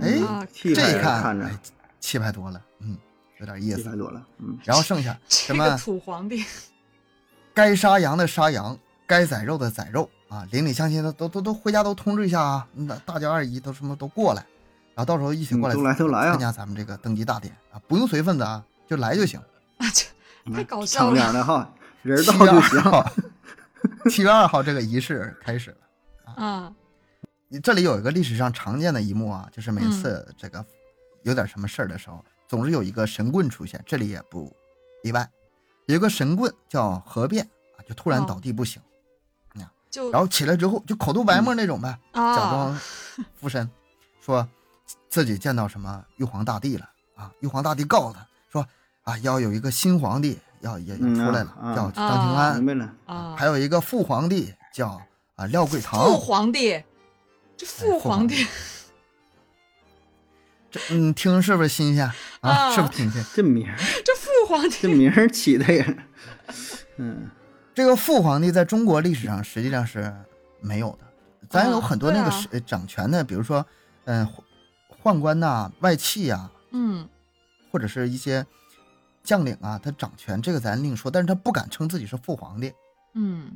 S1: 哎，
S3: 嗯
S2: 啊
S3: 气
S1: 这
S3: 派
S1: 一
S3: 人
S1: 看
S3: 看着
S1: 哎气派多了，嗯，有点意
S3: 气派
S1: 思。
S3: 多了，嗯，
S1: 然后剩下什
S2: 这
S1: 么
S2: 个土皇帝，
S1: 该杀羊的杀羊，该宰肉的宰肉啊，邻里乡亲都都都都回家都通知一下啊，那大舅二姨都什么都过来，然后到时候一起过来，
S3: 嗯都来都来啊
S1: 参加咱们这个登基大典啊，不用随份子啊，就来就行。
S2: 啊，这太搞笑了。
S3: 敞亮
S2: (laughs)
S3: 的哈，人儿
S1: 七
S3: 到
S1: 月
S3: 就
S1: 二
S3: 行。
S1: 号， (laughs) 七月二号这个仪式开始了。
S2: 啊，
S1: 你这里有一个历史上常见的一幕啊，就是每
S3: 嗯
S1: 次这个有点什么事儿的时候，总是有一个神棍出现，这里也不例外。有一个神棍叫何变啊，就突然
S2: 哦
S1: 倒地不醒，
S2: 就
S1: 然后起来之后就口吐白沫那种呗，假
S2: 啊
S1: 装附身，说自己见到什么玉皇大帝了啊！玉皇大帝告诉他说啊，要有一个新皇帝要也要
S3: 嗯
S1: 出来
S3: 啊
S1: 了，
S3: 啊
S1: 叫张清
S2: 啊
S1: 安
S3: 明，白了，
S2: 啊
S1: 还，有一个父皇帝叫啊廖桂堂，
S2: 父皇帝，
S1: 哎
S2: 这父皇帝
S1: 这嗯，听是不是新鲜啊？
S2: 啊
S1: 是不是挺新鲜？
S3: 这名儿
S2: 这父皇帝
S1: (laughs)
S3: 这名儿起的也，嗯，
S1: 这个父皇帝在中国历史上实际上是没有的，咱有很多
S2: 啊对
S1: 那
S2: 啊
S1: 个是呃掌权的，比如说嗯、宦宦官呐、外戚啊呀、
S2: 嗯，
S1: 或者是一些将领啊，他掌权，这个咱另说，但是他不敢称自己是父皇帝，
S2: 嗯，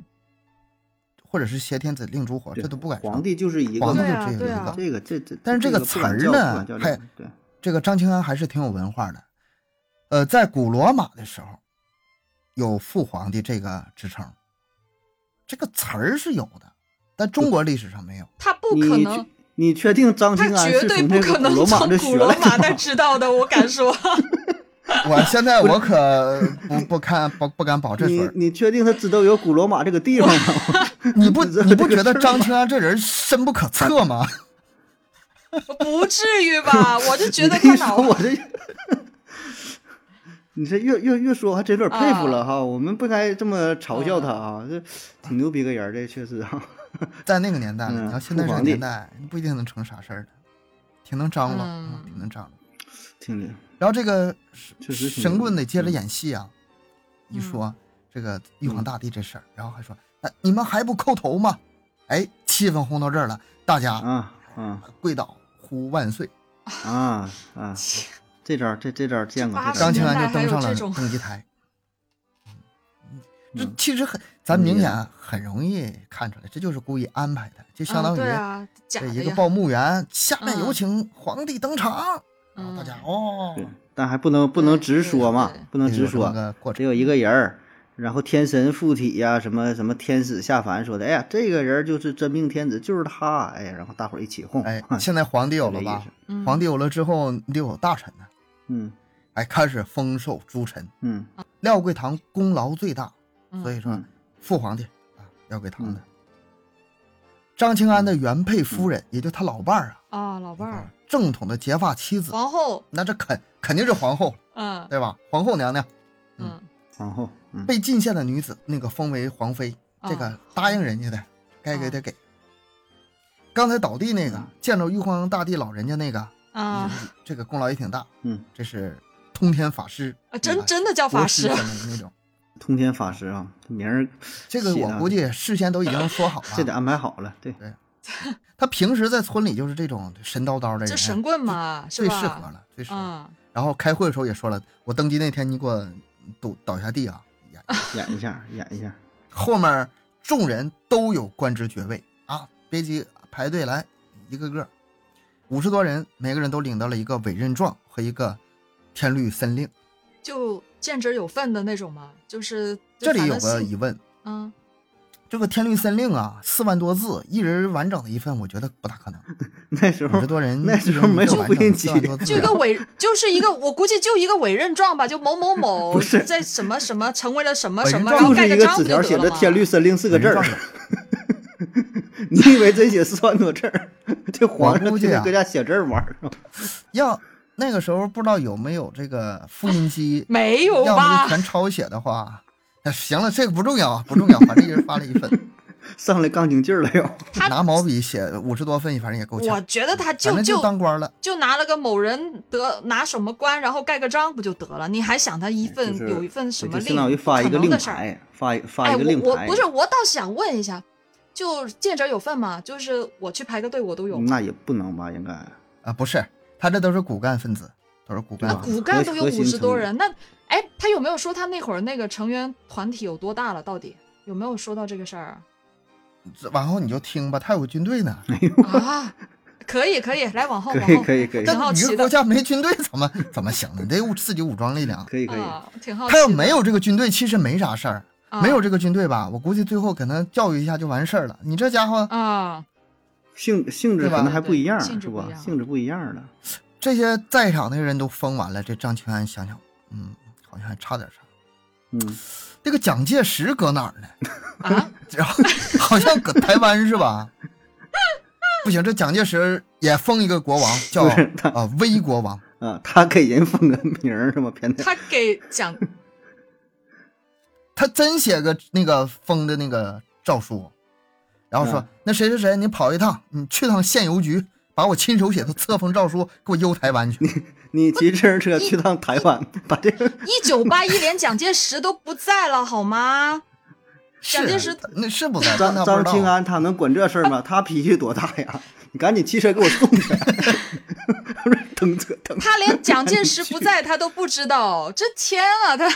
S1: 或者是挟天子令诸侯，这都不敢称。
S3: 皇帝就是一
S1: 皇帝
S3: 个，
S2: 对啊
S1: 就只有一
S2: 对
S1: 个。
S2: 啊
S3: 这个这这，
S1: 但是这
S3: 这
S1: 个
S3: 不敢
S1: 词儿
S3: 叫
S1: 呢
S3: 不敢叫这
S1: 还
S3: 个对，
S1: 这个张清安还是挺有文化的。呃，在古罗马的时候，有父皇帝这个职称，这个词儿是有的，但中国历史上没有。
S2: 他不
S3: 你
S2: 可
S3: 确
S2: 能，
S3: 你确定张
S2: 他
S3: 清安
S2: 绝
S3: 是
S2: 对
S3: 从
S2: 不
S3: 这
S2: 可
S3: 个古
S2: 能
S3: 罗马
S2: 从
S3: 这
S2: 古
S3: 学
S2: 罗
S3: 来
S2: 马那
S3: (laughs) 的吗？
S2: 知道的，我
S1: (laughs)
S2: 敢说，
S1: 我现在我可不不看不不敢保这水
S3: 你
S1: 儿。
S3: 你确定他知道有古罗马这个地方 (laughs) 吗？
S1: 你不
S3: 这
S1: 你不觉
S3: 这
S1: 得
S3: 个事儿
S1: 张清安这人深不可测吗？
S2: 不至于吧？我就觉得
S3: 你
S2: 他
S3: 一
S2: 脑
S1: (laughs)
S3: 说我这，你这越越越说，我还真有点佩服了
S2: 啊
S3: 哈。我们不该这么嘲
S2: 嗯
S3: 笑他啊，这挺牛逼个人儿，这确实啊。
S1: 在那个年代，
S3: 嗯
S1: 你要现在这
S3: 父
S1: 个
S3: 皇帝
S1: 年代，你不一定能成啥事儿的，挺能张罗，
S2: 嗯
S1: 嗯挺能张罗。
S3: 听着，
S1: 然后这个
S3: 确实挺嗯
S1: 神棍得接着演戏啊，
S2: 嗯
S1: 一说这个玉皇大帝这事儿，然后还说，哎，你们还不叩头吗？哎，气氛烘到这儿了，大家
S3: 啊啊
S1: 跪倒呼万岁，
S3: 啊啊！这招儿这这招儿见过，
S2: 这
S3: 这招
S1: 张
S3: 儿
S1: 清
S3: 见过
S1: 安就登上
S2: 还有
S1: 了
S2: 这种
S1: 登基台。这
S3: 嗯
S1: 其实很，咱明显啊很容易看出来，这就是故意安排的，就相
S2: 嗯
S1: 当于
S2: 对啊，假
S1: 这
S2: 的
S1: 一个
S2: 呀，
S1: 报幕员，下面有
S2: 嗯
S1: 请皇帝登场，然后
S2: 嗯
S1: 大家哦，
S3: 对但还不能不能直说嘛
S2: 对对，
S3: 不能
S1: 就
S3: 直
S1: 有这么
S3: 说。
S1: 个过
S3: 只
S1: 程。
S3: 有一个人儿，然后天神附体呀、什么什么天使下凡说的，哎呀，这个人就是真命天子，就是他，哎呀，然后大伙儿一起哄， (laughs)
S1: 哎，
S3: 哼
S1: 现在皇帝有了
S3: 嗯这
S1: 吧
S3: 意思？
S2: 嗯
S1: 皇帝有了之后，你得有大臣呢。
S3: 嗯
S1: 哎，开始封授诸臣。
S3: 嗯
S1: 廖桂堂功劳最大，
S2: 嗯
S1: 所以说
S3: 嗯
S1: 父皇帝啊，廖桂堂的
S3: 嗯。
S1: 张清安的原配夫人，也就他老伴儿啊，
S2: 啊，老伴儿，哦
S1: 正统的结发妻子，
S2: 皇后，
S1: 那这肯肯定是皇后，
S2: 嗯
S1: 对吧？皇后娘娘
S2: 嗯，
S3: 皇后，嗯，
S1: 被进献的女子，那个封为皇妃，
S2: 啊
S1: 这个答应人家的，该给得给。刚才倒地那个
S3: 嗯，
S1: 见着玉皇大帝老人家那个，
S2: 啊
S1: 这个功劳也挺大，
S3: 嗯，
S1: 这是通天法师，
S2: 啊，
S1: 哎
S2: 真真的叫法
S1: 国师
S2: 师啊
S1: 什，么的那种。
S3: 通天法师啊，这名儿
S1: 这个我估计事先都已经说好
S3: (laughs)
S1: 了。
S3: 这得安排好了，
S1: 啊
S3: 对，
S1: 他平时在村里就是这种神叨叨的人，
S2: 这神棍嘛，是
S1: 最
S2: 吧？
S1: 适合了，最适合。
S2: 嗯，
S1: 然后开会的时候也说了，我登基那天你给我倒倒下地啊！呀
S3: 演一下，演一下，
S1: 后面众人都有官职爵位啊，别急，排队来，一个个，五十多人，每个人都领到了一个委任状和一个天律森令。
S2: 就见者有份的那种嘛，就是
S1: 这里有，
S2: 就反
S1: 个
S2: 正
S1: 疑
S2: 是
S1: 问，
S2: 嗯，
S1: 这个天律森令啊，四万多字，一人完整的一份，我觉得不大可能。
S3: 那时
S1: 五
S3: 候
S1: 十多人，
S3: 那时候没有
S1: 一个完整
S3: 复印机
S1: 四万多字啊
S2: (laughs) 就一个委，就是一个，我估计就一个委任状吧，就某
S3: (laughs)
S2: 某某
S3: 不是
S2: 在什么什么成为了什么
S1: 委任
S2: 什么，
S1: 状
S2: 然后
S3: 就
S2: 盖
S3: 是一
S2: 章
S3: 纸
S2: 不就
S3: 条
S2: 得
S3: 写
S2: 了
S3: 着“天
S2: 吗？，
S3: 律森令”四个字
S1: 文
S3: 儿
S1: 状，
S3: 你以为真写四万多字儿？这皇
S1: 我
S3: 上
S1: 估
S3: 天
S1: 计
S3: 天
S1: 啊
S3: 搁家写字儿玩儿呢，
S1: 要那个时候不知道有没有这个复印机
S2: 没有
S1: 要么
S2: 吧
S1: 就？全抄写的话，哎行了，这个不重要，不重要，反正一人发了一份，
S3: 上来杠精劲儿了又。
S2: 他
S1: 拿毛笔写五十多份，反正也够
S2: 我
S1: 呛，
S2: 觉得他
S3: 嗯
S1: 反
S2: 就
S1: 正
S2: 就
S1: 当官了。
S2: 就拿了个某人得拿什么官，然后盖个章不就得了？你还想他一份、
S3: 哎就是
S2: 有一份什么
S3: 就
S2: 令
S3: 相当于发一
S2: 不
S3: 个
S2: 可能
S3: 令
S2: 的事儿？
S3: 牌，发一发
S2: 哎，
S3: 一个令
S2: 我
S3: 牌，
S2: 我不是，我倒想问一下，就见者有份嘛，就是我去排个队我都有。
S3: 嗯那也不能吧？应该
S2: 哦
S1: 啊，不是，他这都是骨干分子，都是骨干
S2: 那
S1: 分子。
S2: 骨干
S3: 核
S2: 都有
S3: 核心
S2: 五十多
S3: 成员
S2: 人，那哎，他有没有说他那会儿那个成员团体有多大了？到底有没有说到这个事儿
S1: 往后你就听吧，他有军队呢。(laughs)
S2: 啊？啊，可以可以，来往后
S3: 可
S2: 往
S3: 以
S2: 后，
S3: 可以可以
S2: 挺好
S1: 但一
S2: 奇
S1: 个
S2: 的
S1: 国家没军队怎么怎么行呢？你得有自己武装力量。
S3: 可以可以，
S2: 啊，挺好奇
S1: 他
S2: 的。
S1: 要没有这个军队，其实没啥事儿。
S2: 啊
S1: 没有这个军队吧，我估计最后可能教育一下就完事儿了。你这家伙，
S2: 啊，
S3: 性性质
S1: 对吧
S3: 可能还不一样，
S2: 对对
S3: 是
S2: 性质不
S3: 吧
S2: 一？样
S3: 性质不一样了。
S1: 这些在场的人都疯完了，这张清安想想，嗯，好像还差点啥。
S3: 嗯，
S1: 这个蒋介石搁哪儿呢？
S2: 啊，
S1: 然后好像搁台湾是吧？不行，这蒋介石也封一个国王，叫
S3: 不是他
S1: 啊、威国王。
S3: 啊，他给人封个名儿是吗？偏的，
S2: 他给讲
S1: 他真写个那个封的那个诏书，然后说、
S3: 嗯
S1: 那谁谁谁，你跑一趟，你去趟县邮局，把我亲手写的册封诏书给我邮台湾
S3: (laughs)
S1: 去。
S3: 你骑自行车去趟台湾，把
S1: (laughs)
S3: 这个
S2: 一九八一连蒋介石都不在了，好吗？
S1: 是
S2: 蒋介石
S1: 他那是不在，但
S3: 张
S1: 他不知
S3: 张
S1: 道
S3: 清安他能管这事儿吗？他脾气多大呀？你赶紧骑车给我送去， (laughs) 不是蹬车蹬。
S2: 他连蒋介石不在他都不知道，这天啊，他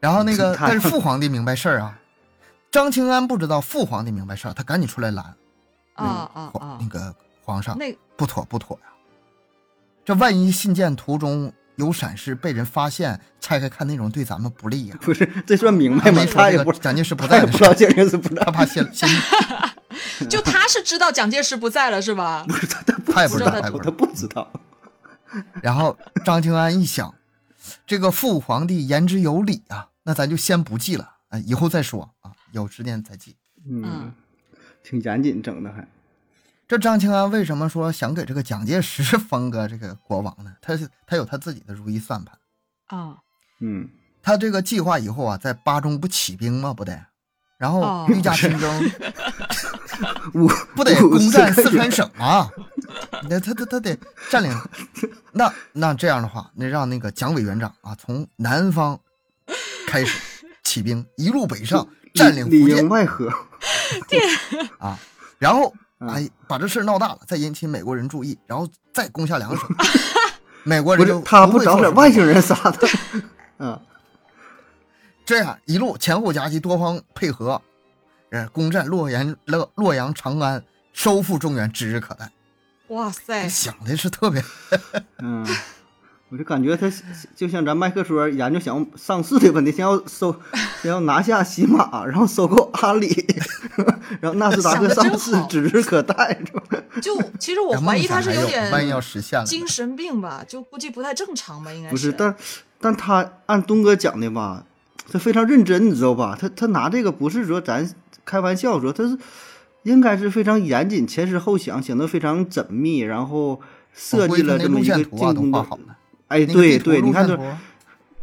S1: 然后那个
S3: 他
S1: 但是父皇帝明白事儿啊，张清安不知道父皇帝明白事儿，他赶紧出来拦嗯
S2: 啊啊啊
S1: 那，个皇上，
S2: 那
S1: 不妥不妥呀、这万一信件途中有闪失被人发现，拆开看内容对咱们不利呀、
S3: 不是，这算明白
S1: 他
S3: 吗
S1: 没？说
S3: (laughs) 他
S1: 这
S3: 也
S1: 个
S3: 不，
S1: 蒋介石不
S3: 他
S1: 在的
S3: 也不
S1: 事
S3: 知
S1: 儿，
S3: 道这人是不知
S1: 他
S3: 道，
S1: 怕先
S3: (laughs)
S1: 先
S2: 就他是知道蒋介石不在了
S1: (laughs)
S2: 是吧？
S3: 不是他他
S1: 他也不知道
S2: 不知道
S1: 他也不知
S3: 他
S1: 道。
S3: 不知道。
S1: 然后张清安一想，这个父皇帝言之有理啊，那咱就先不记了啊，以后再说啊，有时间再记。
S3: 嗯
S2: 嗯，
S3: 挺严谨整的还。
S1: 这张清安为什么说想给这个蒋介石 (laughs) 封个这个国王呢？他是他有他自己的如意算盘，
S2: 啊
S3: 嗯，
S1: 他这个计划以后啊，在巴中不起兵吗？不得，然后
S2: 哦
S1: 御驾亲征，
S3: 五
S1: 不得
S3: 五
S1: 攻占
S3: 十个
S1: 四川
S3: 月
S1: 省啊？那他他他得占领，那那这样的话，那让那个蒋委员长啊，从南方开始起兵，一路北
S3: (laughs)
S1: 上占领
S3: 里
S1: 福
S3: 里应
S1: 建
S3: 外合，
S1: 啊，然后
S3: 嗯
S1: 哎把这事儿闹大了，再引起美国人注意，然后再攻下
S3: (laughs)
S1: 两省，美国
S3: 不
S1: 人
S3: 是
S1: 就
S3: 他
S1: 不
S3: 不
S1: 会
S3: 找
S1: 做
S3: 点
S1: 什么
S3: 外星人啥的？嗯，
S1: 这样一路前后夹击，多方配合，呃，攻占洛阳、洛洛阳、长安，收复中原，指日可待。(laughs)
S2: 哇塞，
S1: 想的是特别，
S3: 嗯，我就感觉他就像咱麦克说研究想要上市的问题，先要收，先要拿下喜马，然后收购阿里， (laughs) 然后纳斯达克上
S2: 想
S3: 市
S2: 得真好
S3: 指日可待，是吧？
S2: 就其实我
S1: 然后
S2: 怀疑
S1: 梦想
S2: 他是
S1: 还
S2: 有点
S1: 万一要实现了呢，
S2: 精神病吧，就估计不太正常吧，应该
S3: 不是，但但他按东哥讲的吧，他非常认真，你知道吧？他他拿这个不是说咱开玩笑说，他是应该是非常严谨，前思后想，想得非常缜密，然后设
S1: 我估
S3: 计
S1: 计他
S3: 了
S1: 那
S3: 这么
S1: 路
S3: 一个
S1: 线
S3: 进
S1: 图啊都
S3: 攻
S1: 画
S3: 的。
S1: 好了。
S3: 哎，
S1: 那个
S3: 对
S1: 地图
S3: 对，
S1: 路
S3: 你看
S1: 线
S3: 这
S1: 图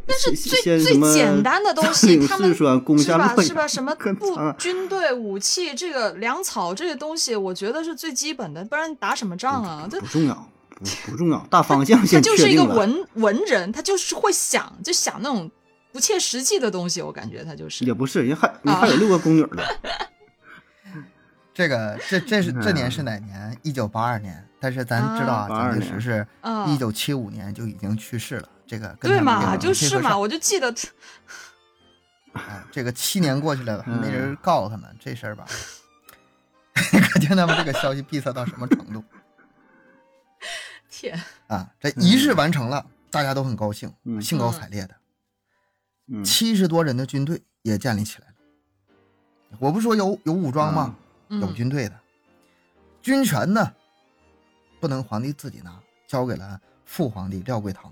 S2: 但是
S3: 先
S2: 最
S3: 什
S2: 最
S3: 么
S2: 简单的东西，
S3: 占领
S2: 他们
S3: 四川攻
S2: 是
S3: 下
S2: 吧
S3: 洛
S2: 是吧？
S3: 阳
S2: 什么
S3: (laughs) 跟
S2: 步
S3: 长安
S2: 军队、武器、这个粮草这些东西，我觉得是最基本的，不然你打什么仗啊？这
S3: 嗯不重要，不不重要，大方向
S2: 他
S3: 先
S2: 就
S3: 确
S2: 是一个
S3: 定了。
S2: 文文人，他就是会想，就想那种不切实际的东西。我感觉他就是
S3: 也不是，人
S2: 啊
S3: 还人还有六个宫女
S2: (laughs)
S3: 呢，
S1: 这个这这是这年是哪年？一九八二年。但是咱知道啊，
S3: 啊
S1: 蒋介石是
S2: 啊
S1: 一九七五年就已经去世了。这个跟
S2: 对
S1: 他们这
S2: 嘛，
S1: 个
S2: 就是嘛，我就记得
S1: 啊，这个七年过去了，还
S3: 嗯
S1: 没人告他们、这事儿吧？ (laughs) 可见他们这个消息闭塞到什么程度
S2: 天
S1: 啊！这仪式完成了，大家都很高兴，
S3: 嗯
S1: 兴高采烈的。
S3: 嗯，
S1: 七十多人的军队也建立起来了。我不是说有有武装吗？有
S2: 嗯
S1: 军队的，军权呢不能皇帝自己拿，交给了父皇帝廖桂堂。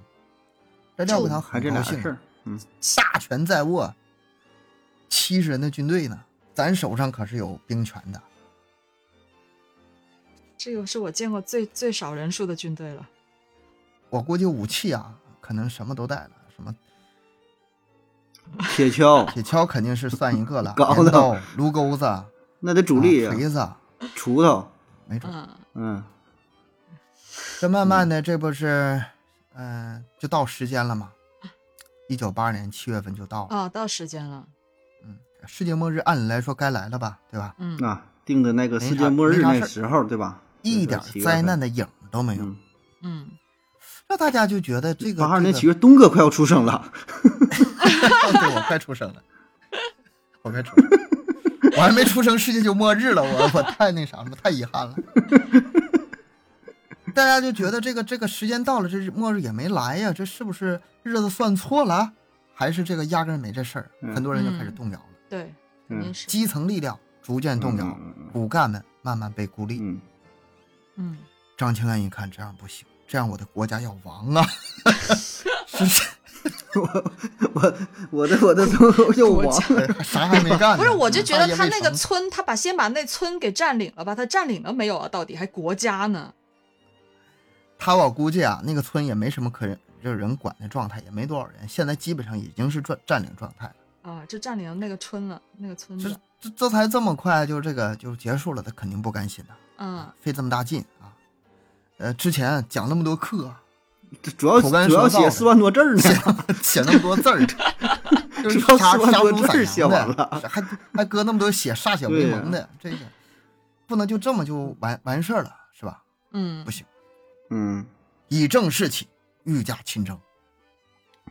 S1: 这廖桂堂
S3: 还
S1: 很
S3: 这
S1: 高
S3: 俩
S1: 兴
S3: 事
S1: 啊，
S3: 儿，嗯，
S1: 大权在握，七十人的军队呢，咱手上可是有兵权的。
S2: 这个是我见过最最少人数的军队了。
S1: 我估计武器啊，可能什么都带了，什么
S3: 铁锹
S1: (laughs) 铁锹肯定是算一个
S3: (laughs)
S1: 了，
S3: 搞
S1: 镰
S3: 的
S1: 刀、炉钩子、啊
S3: 那得主力呀，
S1: 锤子，
S3: 锄头，
S1: 没准。
S2: 嗯，
S3: 嗯，
S1: 这慢慢的，这不是，嗯、就到时间了吗？一九八二年七月份就到了，
S2: 哦，到时间了。
S1: 嗯，世界末日按理来说该来了吧，对吧？
S2: 嗯，
S3: 啊，定的那个世
S1: 没啥
S3: 界末日
S1: 没啥
S3: 那
S1: 事儿
S3: 时候，对吧？
S1: 一点
S3: 就是七月份
S1: 灾难，的影儿都没有，
S3: 嗯，
S2: 嗯，
S1: 那大家就觉得这个
S3: 八二年
S1: 这
S3: 七
S1: 个
S3: 月，东哥快要出生了，
S1: (laughs) 哦对我快出生了，我快出生了，我还没出生，世界就末日了，我我太那啥了，太遗憾了。大家就觉得这个这个时间到了，这是末日也没来呀，这是不是日子算错了，还是这个压根儿没这事儿？
S3: 嗯
S1: 很多人就开始
S2: 嗯
S1: 动摇了，
S2: 对，肯定
S3: 嗯
S2: 是。
S1: 基层力量逐渐动摇，
S3: 嗯嗯
S1: 骨干们慢慢被孤立。
S3: 嗯，
S2: 嗯，
S1: 张清安一看这样不行，这样我的国家要亡
S2: (laughs)
S1: 啊！ (laughs) 是是
S3: 我我我的我的都都又
S2: 我
S3: 亡了，
S1: 哎啥还没干呢？嗯
S2: 不是，
S3: 嗯
S2: 我就觉得他
S1: 大
S2: 那个
S1: 业未成
S2: 村，他把先把那村给占领了吧？他占领了没有啊？到底还国家呢？
S1: 他我估计啊，那个村也没什么可人就是人管的状态，也没多少人，现在基本上已经是占占领状态了。
S2: 啊，就占领了那个村了，那个村
S1: 这
S2: 子。
S1: 这这才这么快就这个就结束了，他肯定不甘心呐、
S2: 嗯
S1: 费这么大劲啊。呃，之前讲那么多课啊，
S3: 这主要
S1: 口干
S3: 主要
S1: 舌燥
S3: 写
S1: 的
S3: 四万多字儿呢，
S1: 写那么多字儿，就是
S3: 主要
S1: 瞎
S3: 四万
S1: 瞎
S3: 多
S1: 蒙
S3: 字儿
S1: 散
S3: 写
S1: 洋
S3: 完
S1: 的
S3: 了，
S1: 还还搁那么多写歃血为盟的，这个不能就这么就完完事儿了，是吧？
S2: 嗯
S1: 不，行，
S3: 嗯，
S1: 以正视起，御驾亲征。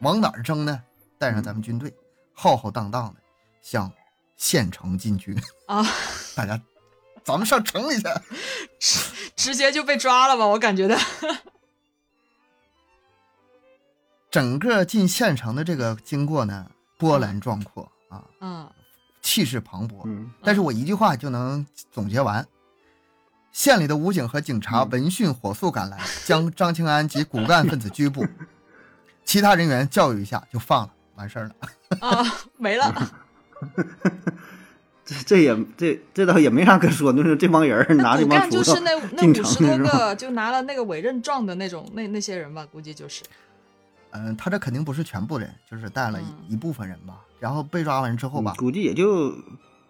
S1: 往哪儿征呢？带上咱们军队，
S3: 嗯
S1: 浩浩荡荡的向县城进军。
S2: 啊，
S1: 大家，咱们上城里去。
S2: 直接就被抓了吧？我感觉的。
S1: 整个进县城的这个经过呢，波澜壮阔啊，
S2: 嗯
S1: 气势磅礴。
S3: 嗯
S1: 但是我一句话就能总结完。县里的武警和警察
S3: 嗯
S1: 闻讯火速赶来，将张庆安及骨干分子拘捕，其他人员教育一下就放了，完事儿了。
S2: 啊，没了。
S3: 这这也这这倒也没啥可说，就是这帮人儿 (laughs) 拿
S2: 那
S3: 这
S2: 骨
S3: 帮
S2: 干
S3: 锄
S2: 就是那
S3: 头嗯
S2: 那
S3: 进
S2: 五
S3: 城
S2: 十多
S3: 是吧？
S2: 个就拿了那个委任状的那种那那些人吧，估计就是。
S1: 嗯，他这肯定不是全部人，就是带了一,、
S2: 嗯
S1: 一部分人吧。然后被抓完之后吧，
S3: 估计也就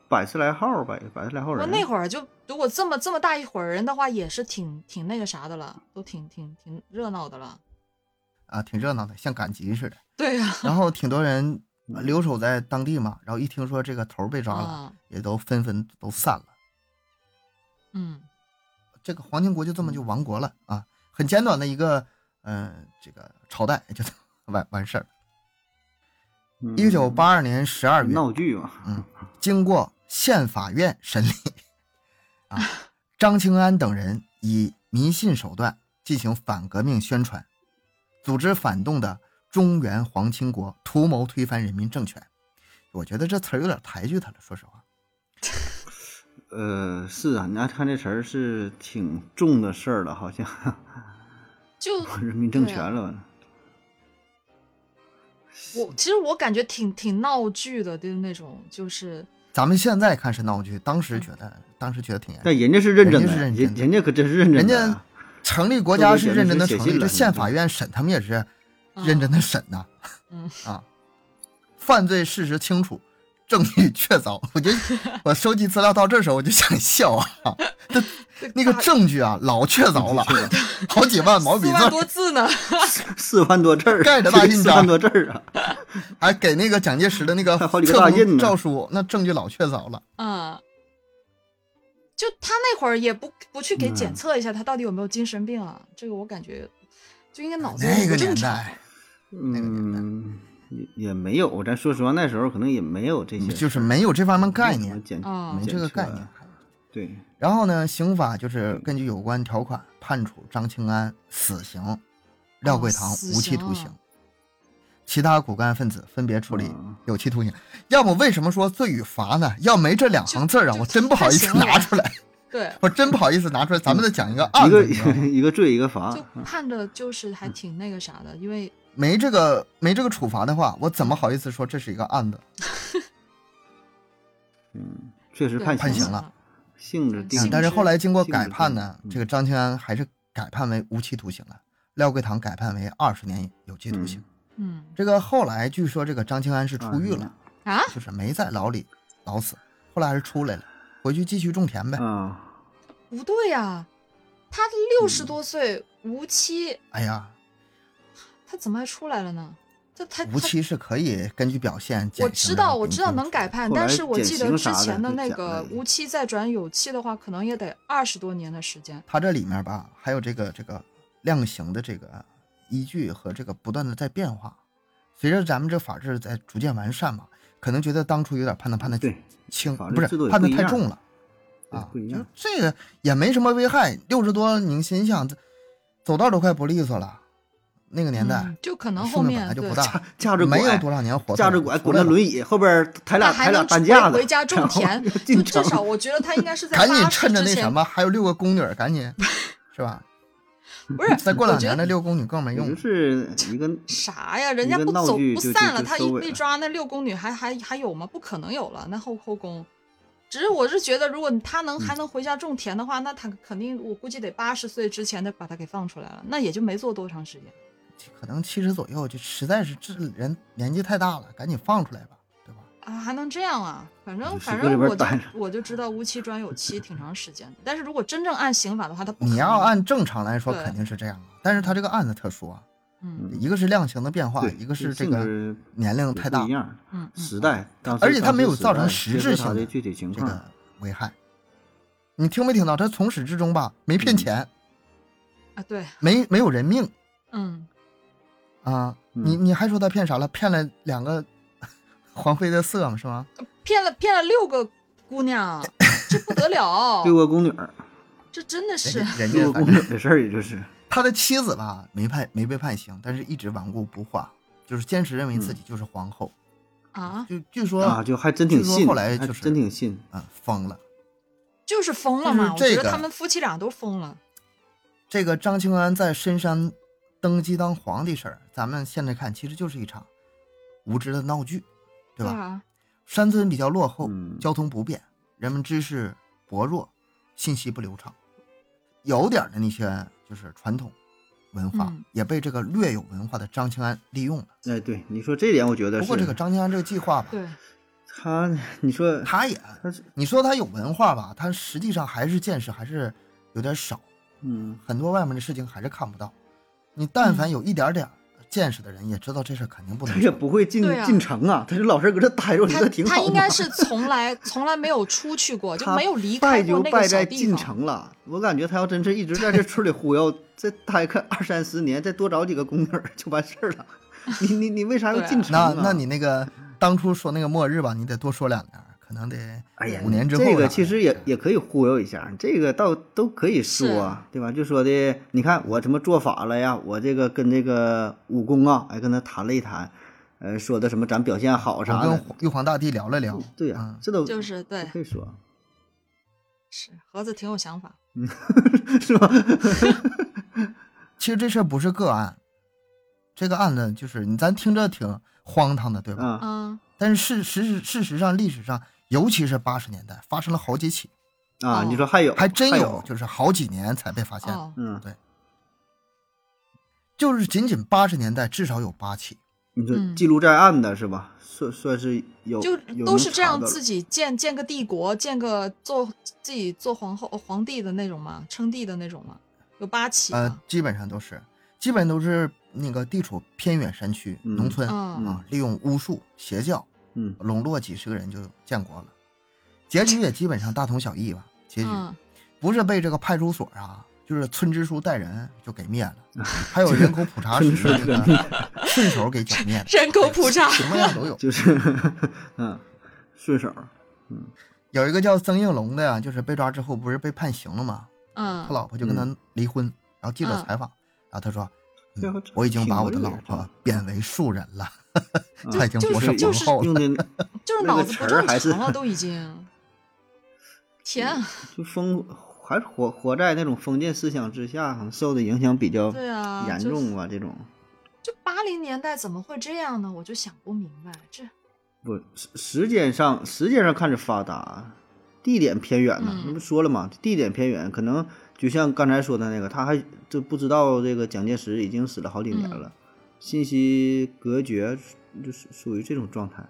S3: 百十来号吧，百十来号
S2: 我
S3: 人。
S2: 那会儿就如果这么这么大一伙儿人的话，也是挺挺那个啥的了，都挺挺挺热闹的了。
S1: 啊，挺热闹的，像赶集似的。
S2: 对呀、
S1: 然后挺多人呃留守在当地嘛，然后一听说这个头儿被抓了，
S2: 啊，
S1: 也都纷纷都散了。
S2: 嗯
S1: 这个黄巾国就这么就亡国了啊，很简短的一个嗯、呃这个朝代就完完事儿了。
S3: 嗯
S1: 一九八二年嗯十二月，
S3: 闹剧嘛，
S1: 经过县法院审理，啊，张清安等人以迷信手段进行反革命宣传，组织反动的中原皇亲国，图谋推翻人民政权。我觉得这词儿有点抬举他了，说实话。
S3: 呃，是啊，你要看这词儿是挺重的事儿了，好像 (laughs)
S2: 就
S3: 人民政
S2: 对啊
S3: 权了。
S2: 我其实我感觉挺挺闹剧的，就是那种就是
S1: 咱们现在看是闹剧，当时觉得，当时觉得挺严重。
S3: 但人家是认真
S1: 人家是
S3: 的，
S1: 认
S3: 人
S1: 真的
S3: 人家可真是认真
S1: 人
S3: 的
S1: 家
S3: 啊。
S1: 成立国家是认真的
S3: 都给
S1: 成
S3: 人
S1: 立，
S3: 家写信
S1: 这
S3: 了
S1: 县法院审他们也是
S2: 啊
S1: 认真的审呐、
S2: 嗯
S1: (laughs) 啊，犯罪事实清楚，证据确凿。 (laughs) 我就我收集资料到这时候，我就想笑啊，这那个
S2: 大
S1: 证据啊老确凿了，好几万毛笔
S2: 四
S1: 字
S2: 万
S1: 儿，
S2: 多
S1: (laughs)
S2: 字呢。
S3: 四万多字儿，
S1: 盖着大印章
S3: 四万多字
S1: (laughs)
S3: 儿啊！
S1: 还给那个蒋介石的那个
S3: 好几个
S1: 册
S3: 大
S1: 封
S3: 印呢
S1: 诏书，那证据老确凿了。
S2: 啊，就他那会儿也不不去给检
S3: 嗯
S2: 测一下他到底有没有精神病啊，这个我感觉就应该脑子
S1: 那
S2: 不
S1: 个
S2: 正
S1: 年
S2: 常。
S1: 代个年代
S3: 嗯，也也没有，咱说实话，那时候可能也没有这些，
S1: 嗯就是没有这方面概念，
S3: 检
S2: 啊
S1: 没这个概念。。
S3: 对，
S1: 然后呢，刑法就是根据有关条款判处张庆安死刑，廖桂堂
S2: 哦死
S1: 无期徒
S2: 刑
S1: 刑
S2: 啊，
S1: 其他骨干分子分别处理
S3: 嗯
S1: 有期徒刑。要么为什么说罪与罚呢？要没这两行字儿啊，
S2: 就
S1: 我真不好意思
S2: 太 (laughs) 行了嗯
S1: 拿出来，
S2: 对，
S1: 我真不好意思拿出来。咱们再讲一个案
S3: 一
S2: (laughs)
S3: 个
S1: 子，你知道吗
S3: (laughs) 一个罪一个罚
S2: 就，
S1: 啊
S2: 判的就是
S1: 嗯
S2: 还挺那个啥的，因为
S1: 没这个没这个处罚的话，我怎么好意思说这是一个案子？
S3: 确实
S2: 对
S3: 判
S1: 判
S3: 刑
S1: 刑
S3: 了。
S1: 了
S3: 性质定
S1: 啊
S2: 性
S3: 性
S1: 但是
S2: 质
S1: 后来经过
S3: 性
S1: 改
S3: 质
S1: 判
S3: 定
S1: 呢，
S3: 嗯
S1: 这个张清安还是改判为无期徒刑了，廖桂堂改判为二十年有期徒刑。
S2: 嗯
S1: 这个后来据说这个张清安是出狱了，
S2: 啊，
S1: 就是没在牢里老死，后来还是出来了，回去继续种田
S2: 嗯
S1: 呗。
S3: 啊，
S2: 不对呀、他六十
S3: 嗯
S2: 多岁无期，
S1: 哎呀，
S2: 他怎么还出来了呢？这他
S1: 无
S2: 他
S1: 期是可以根据表现减
S2: 我
S1: 刑
S2: 知
S1: 的
S2: 道，我
S1: 给你
S2: 知道
S1: 定
S2: 能
S1: 出
S2: 改
S1: 来
S2: 判，
S3: 后
S2: 但
S3: 来
S2: 是我
S3: 减
S2: 记得
S3: 刑
S2: 之
S3: 啥的
S2: 前的
S3: 就
S2: 那
S3: 讲
S2: 个
S3: 了
S2: 无期再转有期的话，可能也得二十多年的时间。
S1: 它这里面吧，还有这个这个量刑的这个依据和这个不断的在变化。随着咱们这法制在逐渐完善嘛，可能觉得当初有点判的判的
S3: 对
S1: 轻，
S3: 法律
S1: 不是
S3: 制度也
S1: 判的
S3: 不一
S1: 太
S3: 样
S1: 重了
S3: 对
S1: 啊，
S3: 不一
S1: 就
S3: 样
S1: 这个也没什么危害，六十多您心想，这走道都快不利索了。那个年代
S2: 嗯，就可能
S1: 树
S2: 后
S1: 苗
S2: 面
S1: 本来就
S2: 对
S1: 不大，
S3: 架着
S1: 没有
S3: 啊拐
S1: 多少年活头，
S3: 架着拐
S1: 出
S3: 滚
S1: 来
S3: 着
S1: 了
S3: 轮椅，后边抬俩
S2: 他还
S3: 抬俩
S2: 能
S3: 担
S2: 回
S3: 架子，
S2: 回家
S3: (laughs)
S2: 种
S3: 然后
S2: 田就
S3: 进
S2: 至
S3: 城。
S2: 少我觉得他应该是在
S1: 赶紧
S2: 80
S1: 趁着
S2: 之
S1: 那什
S2: 前，
S1: 么，还有六个宫女儿，赶
S3: (laughs)
S1: 紧是吧？
S2: 不是
S1: 再过两
S2: 我觉
S1: 年
S2: 得
S1: 那六个宫女更没
S3: 也
S1: 用
S3: 就
S1: 了。
S3: 是一个
S2: (laughs) 啥呀？人
S3: 一
S2: 家
S3: 个
S2: 不
S3: 闹
S2: 走
S3: 剧
S2: 不
S3: 就就
S2: 散
S3: 就
S2: 了，他
S3: 收
S2: 一
S3: 尾
S2: 被
S3: 了
S2: 抓，那六宫女还还还有吗？不可能有了，那后后宫。只是我是觉得，如果他能还能回家种田的话，那他肯定我估计得八十岁之前得把他给放出来了，那也就没做多长时间。
S1: 可能七十左右，就实在是这人年纪太大了，赶紧放出来吧，对吧？
S2: 啊，还能这样啊？反正
S3: 你
S2: 反
S3: 是嗯搁里
S2: 正
S3: 边
S2: 我就
S3: 待着
S2: 我就知道无期转有期挺长时间的，但是如果真正按刑法的话，他不
S1: 你
S2: 可
S1: 要
S2: 能
S1: 按正常来说
S2: 对
S1: 肯定是这样啊，但是他这个案子特殊啊，
S2: 嗯
S1: 一个是量刑的变化，
S3: 对
S1: 一个是这
S3: 性
S1: 个
S3: 质
S1: 年龄
S3: 也
S1: 太
S3: 不
S1: 大
S3: 一，样，
S2: 嗯嗯
S3: 时代，当时
S1: 而且它
S3: 当
S1: 没
S3: 时
S1: 有造成
S3: 代
S1: 实
S3: 结
S1: 质
S3: 合
S1: 性
S3: 它
S1: 的
S3: 的具体情
S1: 这
S3: 况。
S1: 个哦危害。你听没听到？他从始至终吧，没骗
S3: 嗯
S1: 钱，
S2: 啊，对，
S1: 没没有人命
S2: 嗯，
S1: 啊！你
S3: 嗯，
S1: 你还说他骗啥了？骗了两个 (laughs) 皇妃的色嘛，是吗？
S2: 骗了骗了六个姑娘，这不得了
S3: 六个宫女儿，
S2: 这真的
S1: 人
S2: 是
S1: 家人
S3: 六
S1: 家
S3: 个
S1: 反
S3: 宫女
S1: 正
S3: 儿的事儿，也就是
S1: 他的妻子吧，没判没被判刑，但是一直顽固不化，就是坚持认为自己就是皇后。
S2: 啊，
S1: 就据 (laughs) 说
S3: 嗯啊，就还真挺
S1: 据说
S3: 信，
S1: 后来
S3: 还
S1: 就是
S3: 真挺信。
S1: 啊，疯了。
S2: 就是疯了
S1: 就是
S2: 嘛，
S1: 这
S2: 我觉
S1: 个
S2: 得他们夫妻俩都疯了。
S1: 这个张清安在深山登基当皇帝事儿，咱们现在看其实就是一场无知的闹剧，对吧？
S2: 啊，
S1: 山村比较落后，
S3: 嗯
S1: 交通不便，人们知识薄弱，信息不流畅，有点儿的那些就是传统文化、
S2: 嗯
S1: 也被这个略有文化的张清安利用了。
S3: 哎，对，你说这点，我觉得
S1: 不
S3: 是
S1: 过这个张清安这个计划吧，
S2: 对，
S3: 他，你说
S1: 他也
S3: 他是
S1: 你说他有文化吧，他实际上还是见识还是有点少，
S3: 嗯，
S1: 很多外面的事情还是看不到。你但凡
S2: 嗯
S1: 有一点点见识的人，也知道这事儿肯定不
S3: 他
S1: 能
S3: 也
S1: 成。
S3: 不会进
S2: 对啊
S3: 进城啊，他就老实搁这待 (laughs) 着，我觉
S2: 他
S3: 得挺好
S2: 他
S3: 嘛。
S2: 应该是从来从来没有出去过，就
S3: 他
S2: 没有离
S3: 败
S2: 开
S3: 就
S2: 过那个
S3: 败
S2: 小
S3: 在
S2: 地
S3: 进
S2: 方。
S3: 城了，我感觉他要真是一直在这村里忽悠，再待个二三十年，再多找几个宫女儿就完事儿了。你你你为啥要
S2: 对啊
S3: 进城
S1: 那
S3: 啊？
S1: 那你那个当初说那个末日吧，你得多说两年儿，可能得
S3: 哎呀，
S1: 五年之后
S3: 这个
S1: 了
S3: 其实也也可以忽悠一下，这个倒都可以
S2: 是
S3: 说
S2: 啊，
S3: 对吧？就说的，你看我什么做法了呀？我这个跟这个武功啊，哎，跟他谈了一谈，呃，说的什么咱表现好
S1: 我
S3: 啥
S1: 跟
S3: 的，
S1: 玉皇大帝聊了聊，
S3: 对呀、
S1: 嗯
S3: 这都
S2: 就是对
S3: (laughs) 都可以说，
S2: 是盒子挺有想法，
S3: 是吧？ (laughs)
S1: 其实这事儿不是个案，这个案子就是你咱听着挺荒唐的，对吧？
S3: 啊，
S2: 嗯，
S1: 但是事事实事实上，历史上尤其是八十年代发生了好几起，
S3: 啊
S2: 哦，
S3: 你说还有，
S1: 还真
S3: 有，
S1: 有，就是好几年才被发现的，
S2: 哦，
S3: 嗯，
S1: 就是仅仅八十年代至少有八起。
S3: 你说
S2: 嗯
S3: 记录在案的是吧？算算是有，
S2: 就
S3: 有
S2: 都
S3: 能
S2: 是这
S3: 查
S2: 样
S3: 到
S2: 自
S3: 了
S2: 己建建个帝国，建个做自己做皇后、呃皇帝的那种嘛，称帝的那种嘛，有八起
S1: 呃
S2: 嘛，，
S1: 基本上都是，基本都是那个地处偏远山区、
S3: 嗯
S1: 农村、
S2: 嗯
S1: 啊，利用巫术、邪教
S3: 嗯，
S1: 笼络几十个人就建国了，结局也基本上大同小异吧。结局
S2: 嗯，
S1: 不是被这个派出所啊，就是村支书带人就给灭了，还有人口普查室的那个顺手给剿灭了，
S2: 人口普
S3: (laughs)
S2: 查，
S1: 什么样都有。
S3: 就是 (laughs) 嗯，顺手，
S1: 有一个叫曾应龙的呀，就是被抓之后不是被判刑了吗？
S2: 嗯
S1: 他，老婆就跟他离婚，然后记者采访，然后他说、嗯
S3: 哎呦这
S1: 我已经把我的
S3: 挺
S1: 老
S3: 有意思
S1: 婆贬为庶人了，
S3: 啊
S1: 她已经不
S2: 就是是就
S1: 皇
S2: 是
S1: 后了。
S3: 用的
S2: 嗯就是
S3: 那
S2: 脑
S3: 个
S2: 子
S3: 词
S2: 不
S3: 儿
S2: 正
S3: 还是
S2: 常了，都已
S3: (laughs)
S2: 经。 (laughs) 天啊，
S3: 就封还是活活在那种封建思想之下，好像受的影响比较
S2: 对啊
S3: 呃严
S2: 就是
S3: 重吧。这种
S2: 就八零年代怎么会这样呢？我就想不明白，这
S3: 不时时间上时间上看着发达，地点偏远呢，
S2: 嗯
S3: 那不说了嘛，地点偏远，可能就像刚才说的那个，他还就不知道这个蒋介石已经死了好几年
S2: 嗯
S3: 了，信息隔绝就是属于这种状态，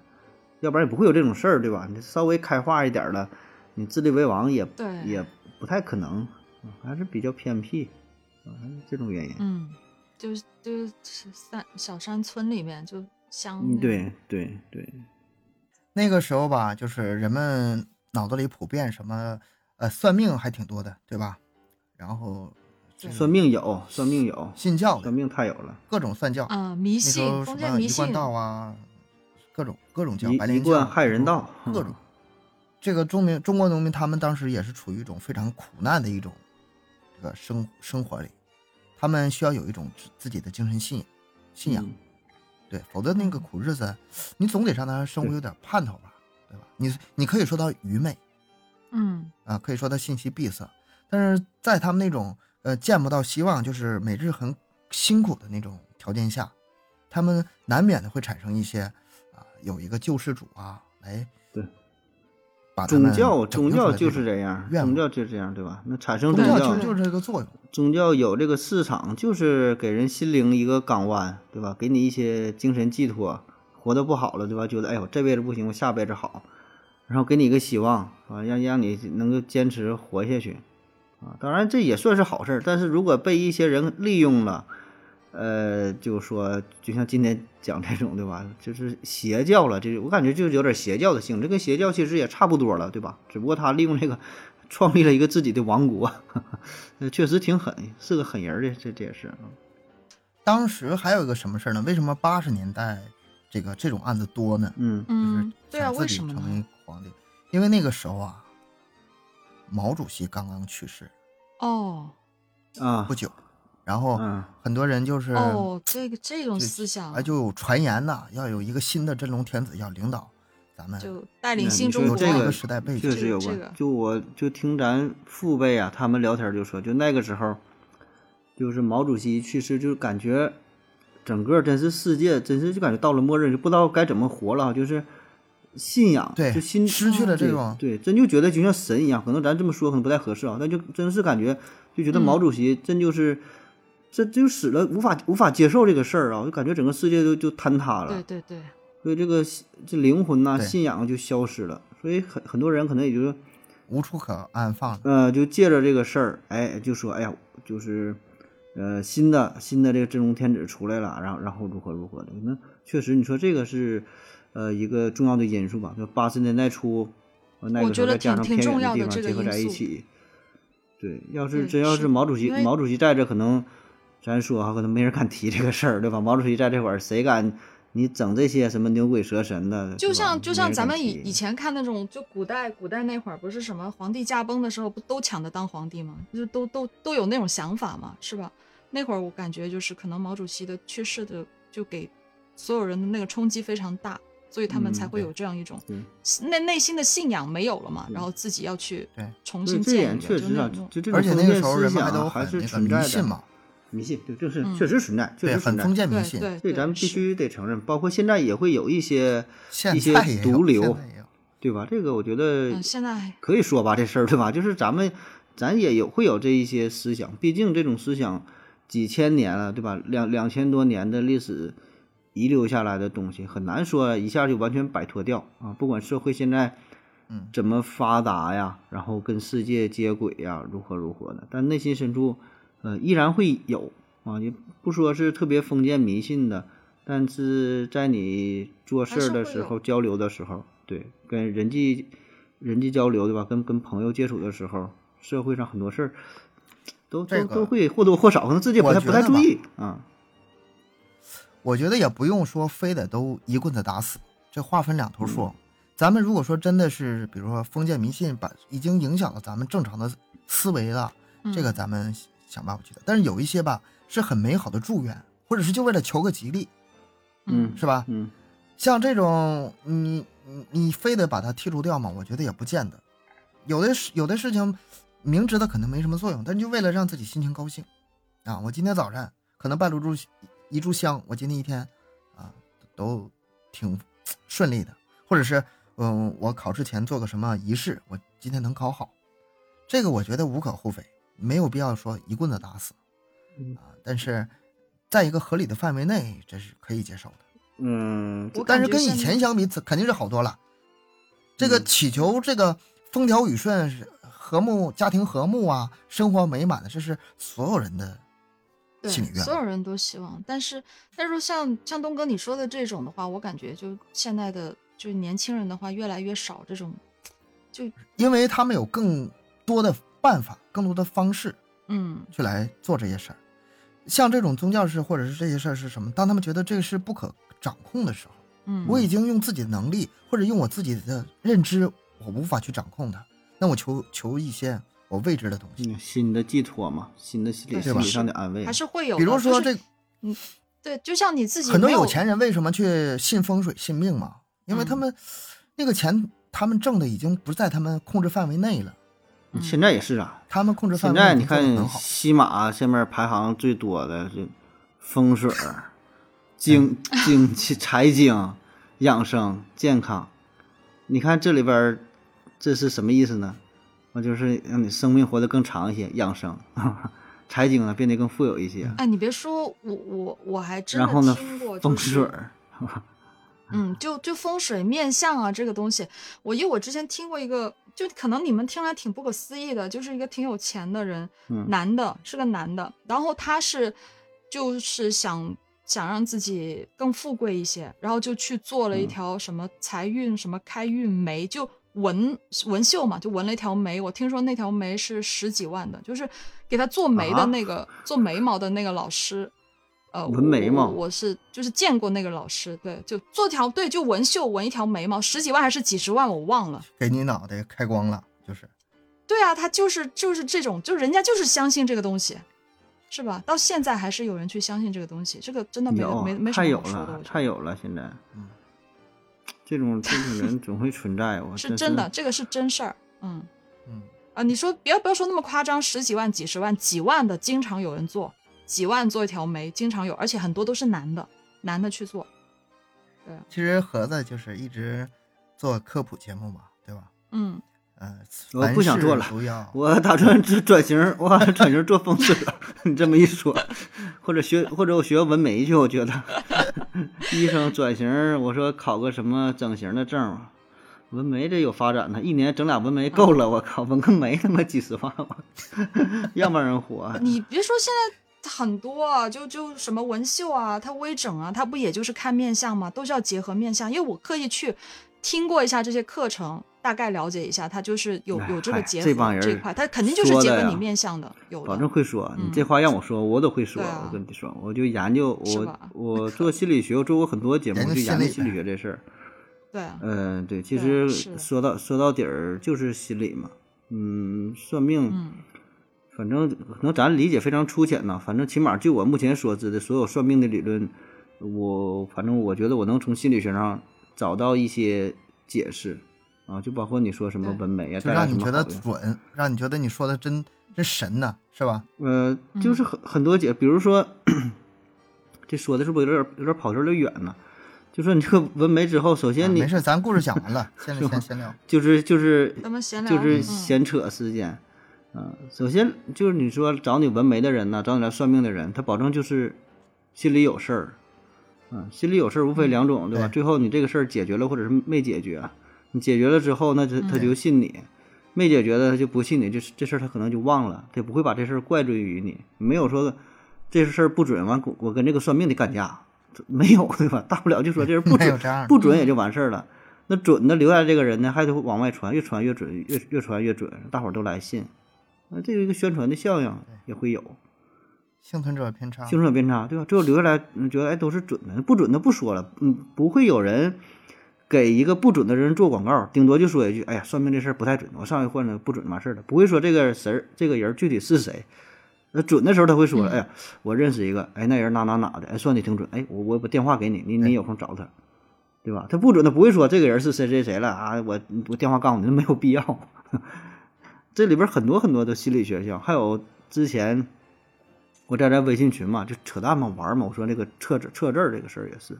S3: 要不然也不会有这种事儿，对吧？你稍微开化一点儿了，你自立为王也
S2: 对
S3: 也不太可能，嗯还是比较偏僻，啊还是这种原因。
S2: 嗯，就是就是山小山村里面就乡那
S3: 嗯，
S2: 种，
S3: 对对对，
S1: 那个时候吧，就是人们脑子里普遍什么呃算命还挺多的，对吧？然后这个
S3: 算命有，算命有，
S1: 信教的
S3: 算命太有了。
S1: 各种算教，
S2: 啊，迷
S1: 那时
S2: 信
S1: 候，什
S2: 封建
S1: 么
S2: 迷
S1: 一贯
S2: 信，
S1: 道啊，各种各种教，
S3: 一
S1: 白
S3: 一
S1: 莲教、
S3: 贯害人道，嗯
S1: 各种。这个中民中国农民，他们当时也是处于一种非常苦难的一种这个生生活里，他们需要有一种自自己的精神信仰信仰，
S3: 嗯
S1: 对，否则那个苦日子，你总得让他生活
S3: 对
S1: 有点盼头吧，对吧？你你可以说他愚昧
S2: 嗯
S1: 啊，可以说他信息闭塞，但是在他们那种呃见不到希望，就是每日很辛苦的那种条件下，他们难免的会产生一些啊，有一个救世主啊来
S3: 对
S1: 把他
S3: 宗
S1: 们
S3: 教
S1: 拯
S3: 宗
S1: 救出
S3: 教
S1: 来
S3: 就
S1: 这种
S3: 是这样，
S1: 愿
S3: 宗
S1: 望
S3: 教就是这样，对吧？那产生
S1: 宗
S3: 宗
S1: 教
S3: 教
S1: 其实，就是这个作用，
S3: 宗教有这个市场，就是给人心灵一个港湾，对吧？给你一些精神寄托，活得不好了，对吧？觉得哎呦这辈子不行，我下辈子好，然后给你一个希望啊，让让你能够坚持活下去啊。当然这也算是好事儿，但是如果被一些人利用了。呃，就说就像今天讲这种，对吧？就是邪教了，这我感觉就是有点邪教的性质，跟邪教其实也差不多了，对吧？只不过他利用这个创立了一个自己的王国，呃确实挺狠，是个狠人儿的，这这也是啊。
S1: 当时还有一个什么事儿呢？为什么八十年代这个这种案子多呢？
S3: 嗯
S2: 嗯，对啊，
S1: 想自
S2: 为
S1: 己
S2: 什么
S1: 成
S2: 呢？
S1: 为皇帝，因为那个时候啊，毛主席刚刚去世
S2: 哦
S3: 啊
S1: 不，久，然后
S3: 嗯
S1: 很多人就是
S2: 哦，这个这种
S1: 就
S2: 思想
S1: 啊，就有传言呐、要有一个新的真龙天子要领导咱们，
S2: 就带
S3: 那
S2: 领新
S3: 嗯你
S2: 中
S1: 有
S2: 国，
S1: 这个
S3: 个
S1: 时代背景
S3: 确
S2: 这
S3: 实
S2: 个
S3: 有
S2: 这
S3: 关
S2: 个。
S3: 就我就听咱父辈啊，他们聊天儿就说，就那个时候，就是毛主席去世，就感觉整个真是世界，真是就感觉到了末日，就不知道该怎么活了啊，就是信仰，
S1: 啊对
S3: 就心
S1: 失去了这
S3: 对
S1: 种
S3: 对，真就觉得就像神一样。可能咱这么说可能不太合适啊，但就真是感觉就觉得毛
S2: 嗯
S3: 主席真就是。这就使了无法无法接受这个事儿啊，就感觉整个世界都就坍塌了。
S2: 对对对，
S3: 所以这个这灵魂呐、
S1: 对
S3: 信仰就消失了。所以很很多人可能也就是
S1: 无处可安放了。
S3: 呃，就借着这个事儿，哎，就说哎呀，就是呃新的新的这个真龙天子出来了，然后然后如何如何的。那确实，你说这个是呃一个重要的因素吧？就八十年代初，呃那
S2: 我
S3: 个时
S2: 觉
S3: 候
S2: 得
S3: 再加上
S2: 挺挺
S3: 偏
S2: 重
S3: 远
S2: 要
S3: 地
S2: 的
S3: 方
S2: 这个
S3: 结合
S2: 因
S3: 在一
S2: 素
S3: 起，对，要是
S2: 对
S3: 真要
S2: 是
S3: 是毛主席
S2: 因为
S3: 毛主席在这，可能咱说哈、可能没人敢提这个事儿，对吧？毛主席在这会儿，谁敢你整这些什么牛鬼蛇神的？对
S2: 就
S3: 吧
S2: 像就
S3: 没
S2: 像
S3: 人
S2: 咱
S3: 敢
S2: 们以
S3: 提
S2: 以前看那种，就古代古代那会儿，不是什么皇帝驾崩的时候，不都抢着当皇帝吗？就都都都有那种想法嘛，是吧？那会儿我感觉就是可能毛主席的去世的，就给所有人的那个冲击非常大，所以他们
S3: 嗯
S2: 才会
S1: 对
S2: 有这样一种
S3: 对
S2: 内内心的信仰没有了嘛，
S3: 对
S2: 然后自己要去
S1: 对
S2: 重
S3: 嗯对
S2: 新
S3: 这
S2: 建
S3: 点
S2: 一
S3: 确
S2: 个，就
S3: 实
S2: 那
S3: 啊
S2: 种，
S3: 就这
S1: 而
S3: 种
S1: 且那
S3: 封
S1: 个
S3: 建
S1: 时候
S3: 思
S1: 人们还
S3: 想
S1: 都
S3: 啊
S1: 很
S3: 还是
S1: 那个
S3: 存在
S1: 迷
S3: 的，
S1: 信嘛，
S3: 迷信对，这是
S2: 嗯
S3: 确实存在，确
S1: 对，
S3: 实
S1: 很
S3: 存在
S1: 封。建迷
S2: 对
S1: 信。
S2: 对
S3: 这
S2: 对，
S3: 咱们必
S2: 是
S3: 须得承认，包括现在也会有一些，
S1: 现
S3: 一些
S1: 在也有
S3: 毒瘤
S1: 现在也有
S3: 对吧？这个我觉得
S2: 嗯，现在
S3: 可以说吧，这事儿对吧？就是咱们咱也有会有这一些思想，毕竟这种思想几千年了，对吧？两两千多年的历史遗留下来的东西，很难说一下就完全摆脱掉啊。不管社会现在
S1: 嗯
S3: 怎么发达呀，然后跟世界接轨呀，如何如何的，但内心深处，呃，依然会有啊。也不说是特别封建迷信的，但是在你做事儿的时
S2: 还是会
S3: 候、交流的时候，对，跟人际人际交流，对吧？跟跟朋友接触的时候，社会上很多事儿都都、
S1: 这个
S3: 都会或多或少，可能自己也不
S1: 我
S3: 太
S1: 觉
S3: 不太
S1: 得
S3: 注
S1: 吧
S3: 意啊。
S1: 我觉得也不用说非得都一棍子打死，这话分两头说。
S3: 嗯
S1: 咱们如果说真的是，比如说封建迷信把已经影响了咱们正常的思维了，这个
S2: 嗯
S1: 咱们想办法去的。但是有一些吧是很美好的祝愿，或者是就为了求个吉利，
S2: 嗯
S1: 是吧？
S3: 嗯，
S1: 像这种你你你非得把它剔除掉吗？我觉得也不见得。有的事有的事情，明知道可能没什么作用，但就为了让自己心情高兴，啊，我今天早晨可能半路炷一炷香，我今天一天啊都挺顺利的，或者是嗯，我考试前做个什么仪式，我今天能考好，这个我觉得无可厚非，没有必要说一棍子打死
S3: 嗯
S1: 啊。但是，在一个合理的范围内，这是可以接受的。
S3: 嗯，
S2: 我
S1: 但
S2: 感
S1: 是
S2: 觉
S1: 跟以
S2: 现在
S1: 前相比，此肯定是好多了。这个
S3: 嗯
S1: 祈求这个风调雨顺、是和睦、家庭和睦啊，生活美满的，这是所有人的
S2: 对，
S1: 心理愿
S2: 所有
S1: 望。
S2: 人都希望，但是但是像像东哥你说的这种的话，我感觉就现在的就是年轻人的话，越来越少这种，就
S1: 因为他们有更多的办法、更多的方式
S2: 嗯
S1: 去来做这些事儿。像这种宗教式或者是这些事儿是什么？当他们觉得这个是不可掌控的时候，
S2: 嗯，
S1: 我已经用自己的能力或者用我自己的认知，我无法去掌控它，那我求求一些我未知的东西。
S3: 嗯，新的寄托嘛，新的心理
S2: 对
S3: 心
S1: 吧
S3: 理上的安慰
S2: 还，是会有
S1: 比
S2: 的，
S1: 如说
S2: 就是
S1: 这
S2: 对，就像你自己
S1: 很多
S2: 没
S1: 有钱人为什么去信风水、信命嘛？因为他
S2: 嗯
S1: 们、那个钱，他们挣的已经不在他们控制范围内了。
S2: 嗯
S3: 现在也是啊。
S1: 他们控制范
S3: 现
S1: 围内已
S3: 在你
S1: 经做得很
S3: 看
S1: 好，
S3: 西马下面排行最多的就风
S2: (laughs)
S3: 水儿、经经济、财经、养生、健康。你看这里边儿这是什么意思呢？那就是让你生命活得更长一些，养生； (laughs) 财经呢变得更富有一些，
S2: 哎，你别说，我我我还真
S3: 然后
S2: 的
S3: 呢
S2: 听过、就是、
S3: 风水儿。
S2: 嗯，就就风水面相啊这个东西，我因为我之前听过一个，就可能你们听来挺不可思议的，就是一个挺有钱的人，
S3: 嗯
S2: 男的，是个男的，然后他是就是想想让自己更富贵一些，然后就去做了一
S3: 嗯
S2: 条什么财运什么开运眉，就纹纹绣嘛，就纹了一条眉。我听说那条眉是十几万的，就是给他做眉的
S3: 啊
S2: 那个、做眉毛的那个老师，呃，
S3: 纹眉毛
S2: 我我是就是见过那个老师，对，就做条对，就纹绣纹一条眉毛，十几万还是几十万，我忘了。
S1: 给你脑袋开光了，就是
S2: 对啊，他就是就是这种，就人家就是相信这个东西，是吧？到现在还是有人去相信这个东西，这个真的没
S3: 有
S2: 没没什
S3: 太有
S2: 么好说的，
S3: 了
S2: 我，觉
S3: 太
S2: 得
S3: 有了！现在
S1: 嗯，
S3: 这种这种人总会存在，我
S2: (laughs) 是
S3: 真
S2: 真的，这个是真事儿。嗯
S1: 嗯，
S2: 啊，你说不要不要说那么夸张，十几万、几十万、几万的，经常有人做，几万做一条眉，经常有，而且很多都是男的，男的去做。
S1: 其实盒子就是一直做科普节目嘛，对吧？
S2: 嗯，
S1: 呃，
S3: 我不想做了
S1: 凡事都要
S3: 我打算转 (laughs) 转型，我打算转型做风水了。 (laughs) 你这么一说，或者学或者我学纹眉去，我觉得 (laughs) 医生转型，我说考个什么整形的证儿，纹眉这有发展呢，一年整俩纹眉够了，我靠，纹个眉他妈几十万，我 (laughs) 要不让人活。啊
S2: 你别说现在很多啊，就就什么纹绣啊，它微整啊，它不也就是看面相吗？都是要结合面相。因为我刻意去听过一下这些课程，大概了解一下，它就是有
S3: 哎
S2: 有这个
S3: 嗨
S2: 结合
S3: 这帮人
S2: 一块，它肯定就是
S3: 说
S2: 结
S3: 的
S2: 合你
S3: 呀
S2: 面相的，有
S3: 保证
S2: 的。
S3: 会说，啊你这
S2: 嗯
S3: 话让我说，我都会说。
S2: 对啊
S3: 我跟你说，我就研究
S2: 是
S3: 我
S2: 吧
S3: 我做心理学，我做过很多节目，
S1: 研
S3: 我
S1: 究
S3: 就研究
S1: 心
S3: 心
S1: 理
S3: 理学这事儿。
S2: 对，啊
S3: 嗯，对，其
S2: 对
S3: 实
S2: 是的
S3: 说到说到底儿就是心理嘛。嗯，算命，
S2: 嗯，
S3: 反正可能咱理解非常粗浅呐。反正起码就我目前所知的所有算命的理论，我反正我觉得我能从心理学上找到一些解释啊，就包括你说什么
S2: 对
S3: 纹眉啊，
S1: 就
S3: 带来
S1: 让
S3: 什
S1: 你
S3: 么
S1: 觉得
S3: 好运
S1: 准，让你觉得你说的真真神呢，是吧？
S3: 呃，
S2: 嗯
S3: 就是很很多解，比如说， (clears throat) 这说的是不是有点有点跑有点远呢？就说你这个纹眉之后，首
S1: 啊
S3: 先你、
S1: 没事，咱故事讲完
S3: (laughs)
S1: 了，现在先闲聊。
S3: 就是就是
S2: 咱们闲聊，
S3: 就是
S2: 嗯、
S3: 闲扯时间，嗯、首先就是你说找你纹眉的人呢，找你来算命的人，他保证就是心里有事儿，嗯、心里有事儿无非两种，对吧？
S1: 对
S3: 最后你这个事儿解决了，或者是没解决，你解决了之后，那就他
S2: 嗯
S3: 就信你。没解决的他就不信你，这这事儿他可能就忘了，他也不会把这事儿怪罪于你，没有说这事儿不准，完我我跟这个算命的干架，这没有 (laughs) 对吧？大不了就说这人不
S1: 没有
S3: 准
S1: 这样的，
S3: 不准也就完事儿了。那准的留下来这个人呢，还得往外传，越传越准，越越传越准，大伙儿都来信，那这有一个宣传的效应也会有，
S1: 幸存者偏差，
S3: 幸存者偏差，对吧？最后留下来，嗯觉得哎都是准的，不准的不说了，嗯，不会有人给一个不准的人做广告，顶多就说一句，哎呀，算命这事儿不太准，我上回换了不准完事儿了，不会说这个谁儿这个人具体是谁。那准的时候他会说，
S2: 嗯
S3: 哎呀，我认识一个，哎，那人哪哪哪的，哎，算的挺准，哎，我我把电话给你，你你有空找他，对吧？他不准，他不会说这个人是谁谁谁了啊，我我电话告诉你，没有必要。这里边很多很多的心理学校，还有之前我在咱微信群嘛，就扯淡嘛玩嘛，我说那个测字测字儿这个事儿也是，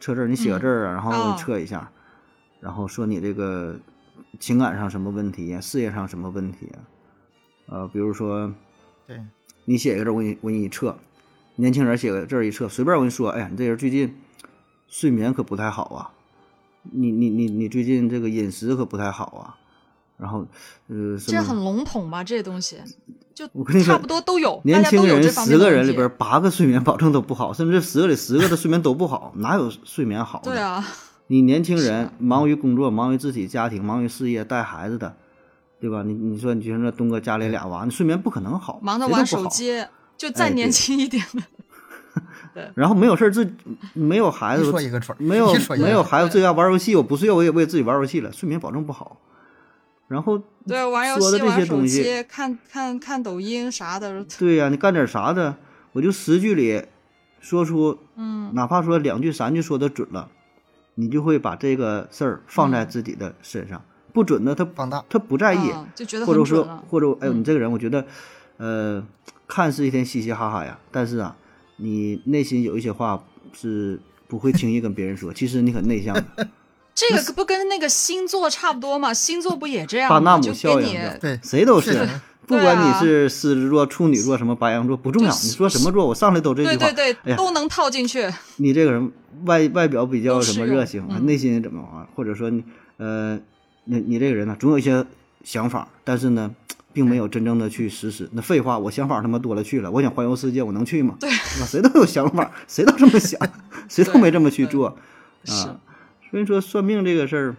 S3: 测字儿你写个字儿啊，然后
S2: 嗯哦
S3: 测一下，然后说你这个情感上什么问题呀、事业上什么问题呀、呃，比如说
S1: 对，
S3: 你写一个字儿，我给你我给你一测，年轻人写个字儿一测，随便我跟你说，哎呀，你这人最近睡眠可不太好啊，你你你你最近这个饮食可不太好啊，然后呃什
S2: 这很
S3: 么？
S2: 笼统吧？这些东西就
S3: 我跟你说
S2: 差不多都有，大
S3: 年
S2: 家都
S3: 轻
S2: 有
S3: 人
S2: 这方面
S3: 十
S2: 的
S3: 个
S2: 问
S3: 人里
S2: 题
S3: 边儿八个睡眠保证都不好，甚至十个里十个的睡眠都不好，哪有睡眠好的？
S2: 对啊，
S3: 你年轻
S2: 是
S3: 人
S2: 啊
S3: 忙于工作，忙于自己家庭，忙于事业，带孩子的，对吧？你你说你就像那东哥家里俩娃，你睡眠不可能好，
S2: 忙着
S3: 谁都
S2: 玩
S3: 不
S2: 手
S3: 好。
S2: 机，就
S3: 哎
S2: 再年
S3: 对
S2: 轻一点的，
S3: 然后没有事儿自没有孩
S1: 一
S3: 子，
S1: 说一个准儿，
S3: 没有
S1: 一说一个
S3: 没有
S1: 准儿
S3: 孩子自己要玩游戏，我不睡，我也为自己玩游戏了，睡眠保证不好。然后
S2: 对，玩游
S3: 说的
S2: 戏、
S3: 这些
S2: 玩手
S3: 东西
S2: 机、看看看抖音啥的，
S3: 对呀、你干点啥的，我就十句里说出，
S2: 嗯，
S3: 哪怕说两句三句说的准了，你就会把这个事儿放在自己的身上。不准的他
S1: 放大，
S3: 他不在意，
S2: 嗯就觉得
S3: 或
S2: 很
S3: 者
S2: 准
S3: 说
S2: 了。
S3: 或者哎呦
S2: 嗯
S3: 你这个人，我觉得，呃，看似一天嘻嘻哈哈呀，但是啊，你内心有一些话是不会轻易跟别人说，其实你很内向的。
S2: 这个不跟那个星座差不多嘛？星座不也这样
S3: 巴纳
S2: 吗？
S3: 姆
S2: 就
S3: 效
S2: 给
S3: 应
S2: 你
S3: 的，
S1: 对
S3: 谁都
S1: 是
S3: 是
S1: 的，
S3: 不
S2: 对
S3: 管你
S2: 啊
S3: 是狮子座、处女座什么白羊座不重要，
S2: 就是
S3: 你说什么座，我上来都这
S2: 对
S3: 句话哎
S2: 对。对，
S3: 呀
S2: 都能套进去。
S3: 你这个人外外表比较
S2: 都
S3: 什么
S2: 适用
S3: 热情啊，
S2: 嗯
S3: 内心怎么啊？或者说你呃，你你这个人呢，总有一些想法，但是呢，并没有真正的去实施。那废话，我想法他妈多了去了，我想环游世界，我能去吗？
S2: 对
S3: 吧？谁都有想法，谁都这么想，谁都没这么去
S2: 对
S3: 做。
S2: 是
S3: 啊，所以说算命这个事儿，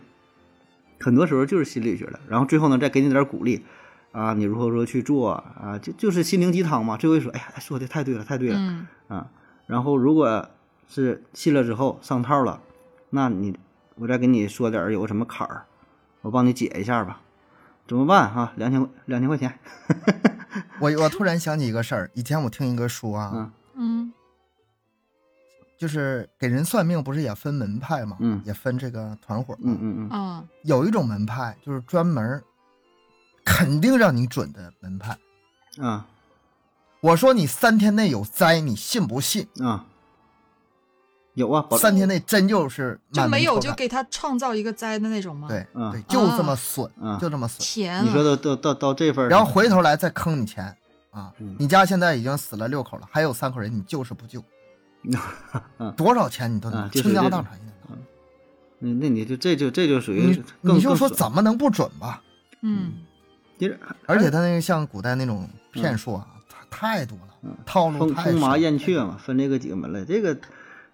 S3: 很多时候就是心理学的。然后最后呢，再给你点儿鼓励，啊，你如何说去做啊，就就是心灵鸡汤嘛。最后一说，哎呀，说的太对了，太对了、
S2: 嗯，
S3: 啊。然后如果是信了之后上套了，那你我再给你说点儿有个什么坎儿，我帮你解一下吧。怎么办哈、两千两千块钱， (laughs)
S1: 我我突然想起一个事儿，以前我听一个说啊，
S3: 嗯
S2: 嗯，
S1: 就是给人算命不是也分门派嘛，
S3: 嗯
S1: 也分这个团伙嘛，
S3: 嗯嗯嗯，
S2: 啊，
S1: 有一种门派就是专门儿肯定让你准的门派。
S3: 啊
S1: 我说你三天内有灾，你信不信？
S3: 啊，有啊，保
S1: 三天内真就是
S2: 就
S1: 满门
S2: 没有
S1: 抄
S2: 就
S1: 斩
S2: 给他创造一个灾的那种吗？，
S1: 对
S3: 啊
S1: 对，就这么
S2: 啊
S1: 损，
S3: 啊
S1: 就这么损，
S2: 天
S3: 你说
S2: 啊，
S3: 到到到到这份儿上，
S1: 然后回头来再坑你钱啊
S3: 嗯！
S1: 你家现在已经死了六口了，还有三口人你救是不救
S3: 嗯？
S1: 多少钱你都
S3: 啊
S1: 能
S3: 就是
S1: 倾家
S3: 这
S1: 荡
S3: 种
S1: 产也能拿。
S3: 嗯那那你就这就这就属于
S1: 你
S3: 更
S1: 你就
S3: 更
S1: 说
S3: 损哎
S1: 怎么能不准吧？
S2: 嗯，
S3: 其实
S1: 而且他那个像古代那种
S3: 嗯
S1: 骗术啊，它太多了，套路
S3: 风
S1: 太
S3: 风
S1: 深
S3: 嗯麻
S1: 了
S3: 燕雀嘛，分这个几个门类。这个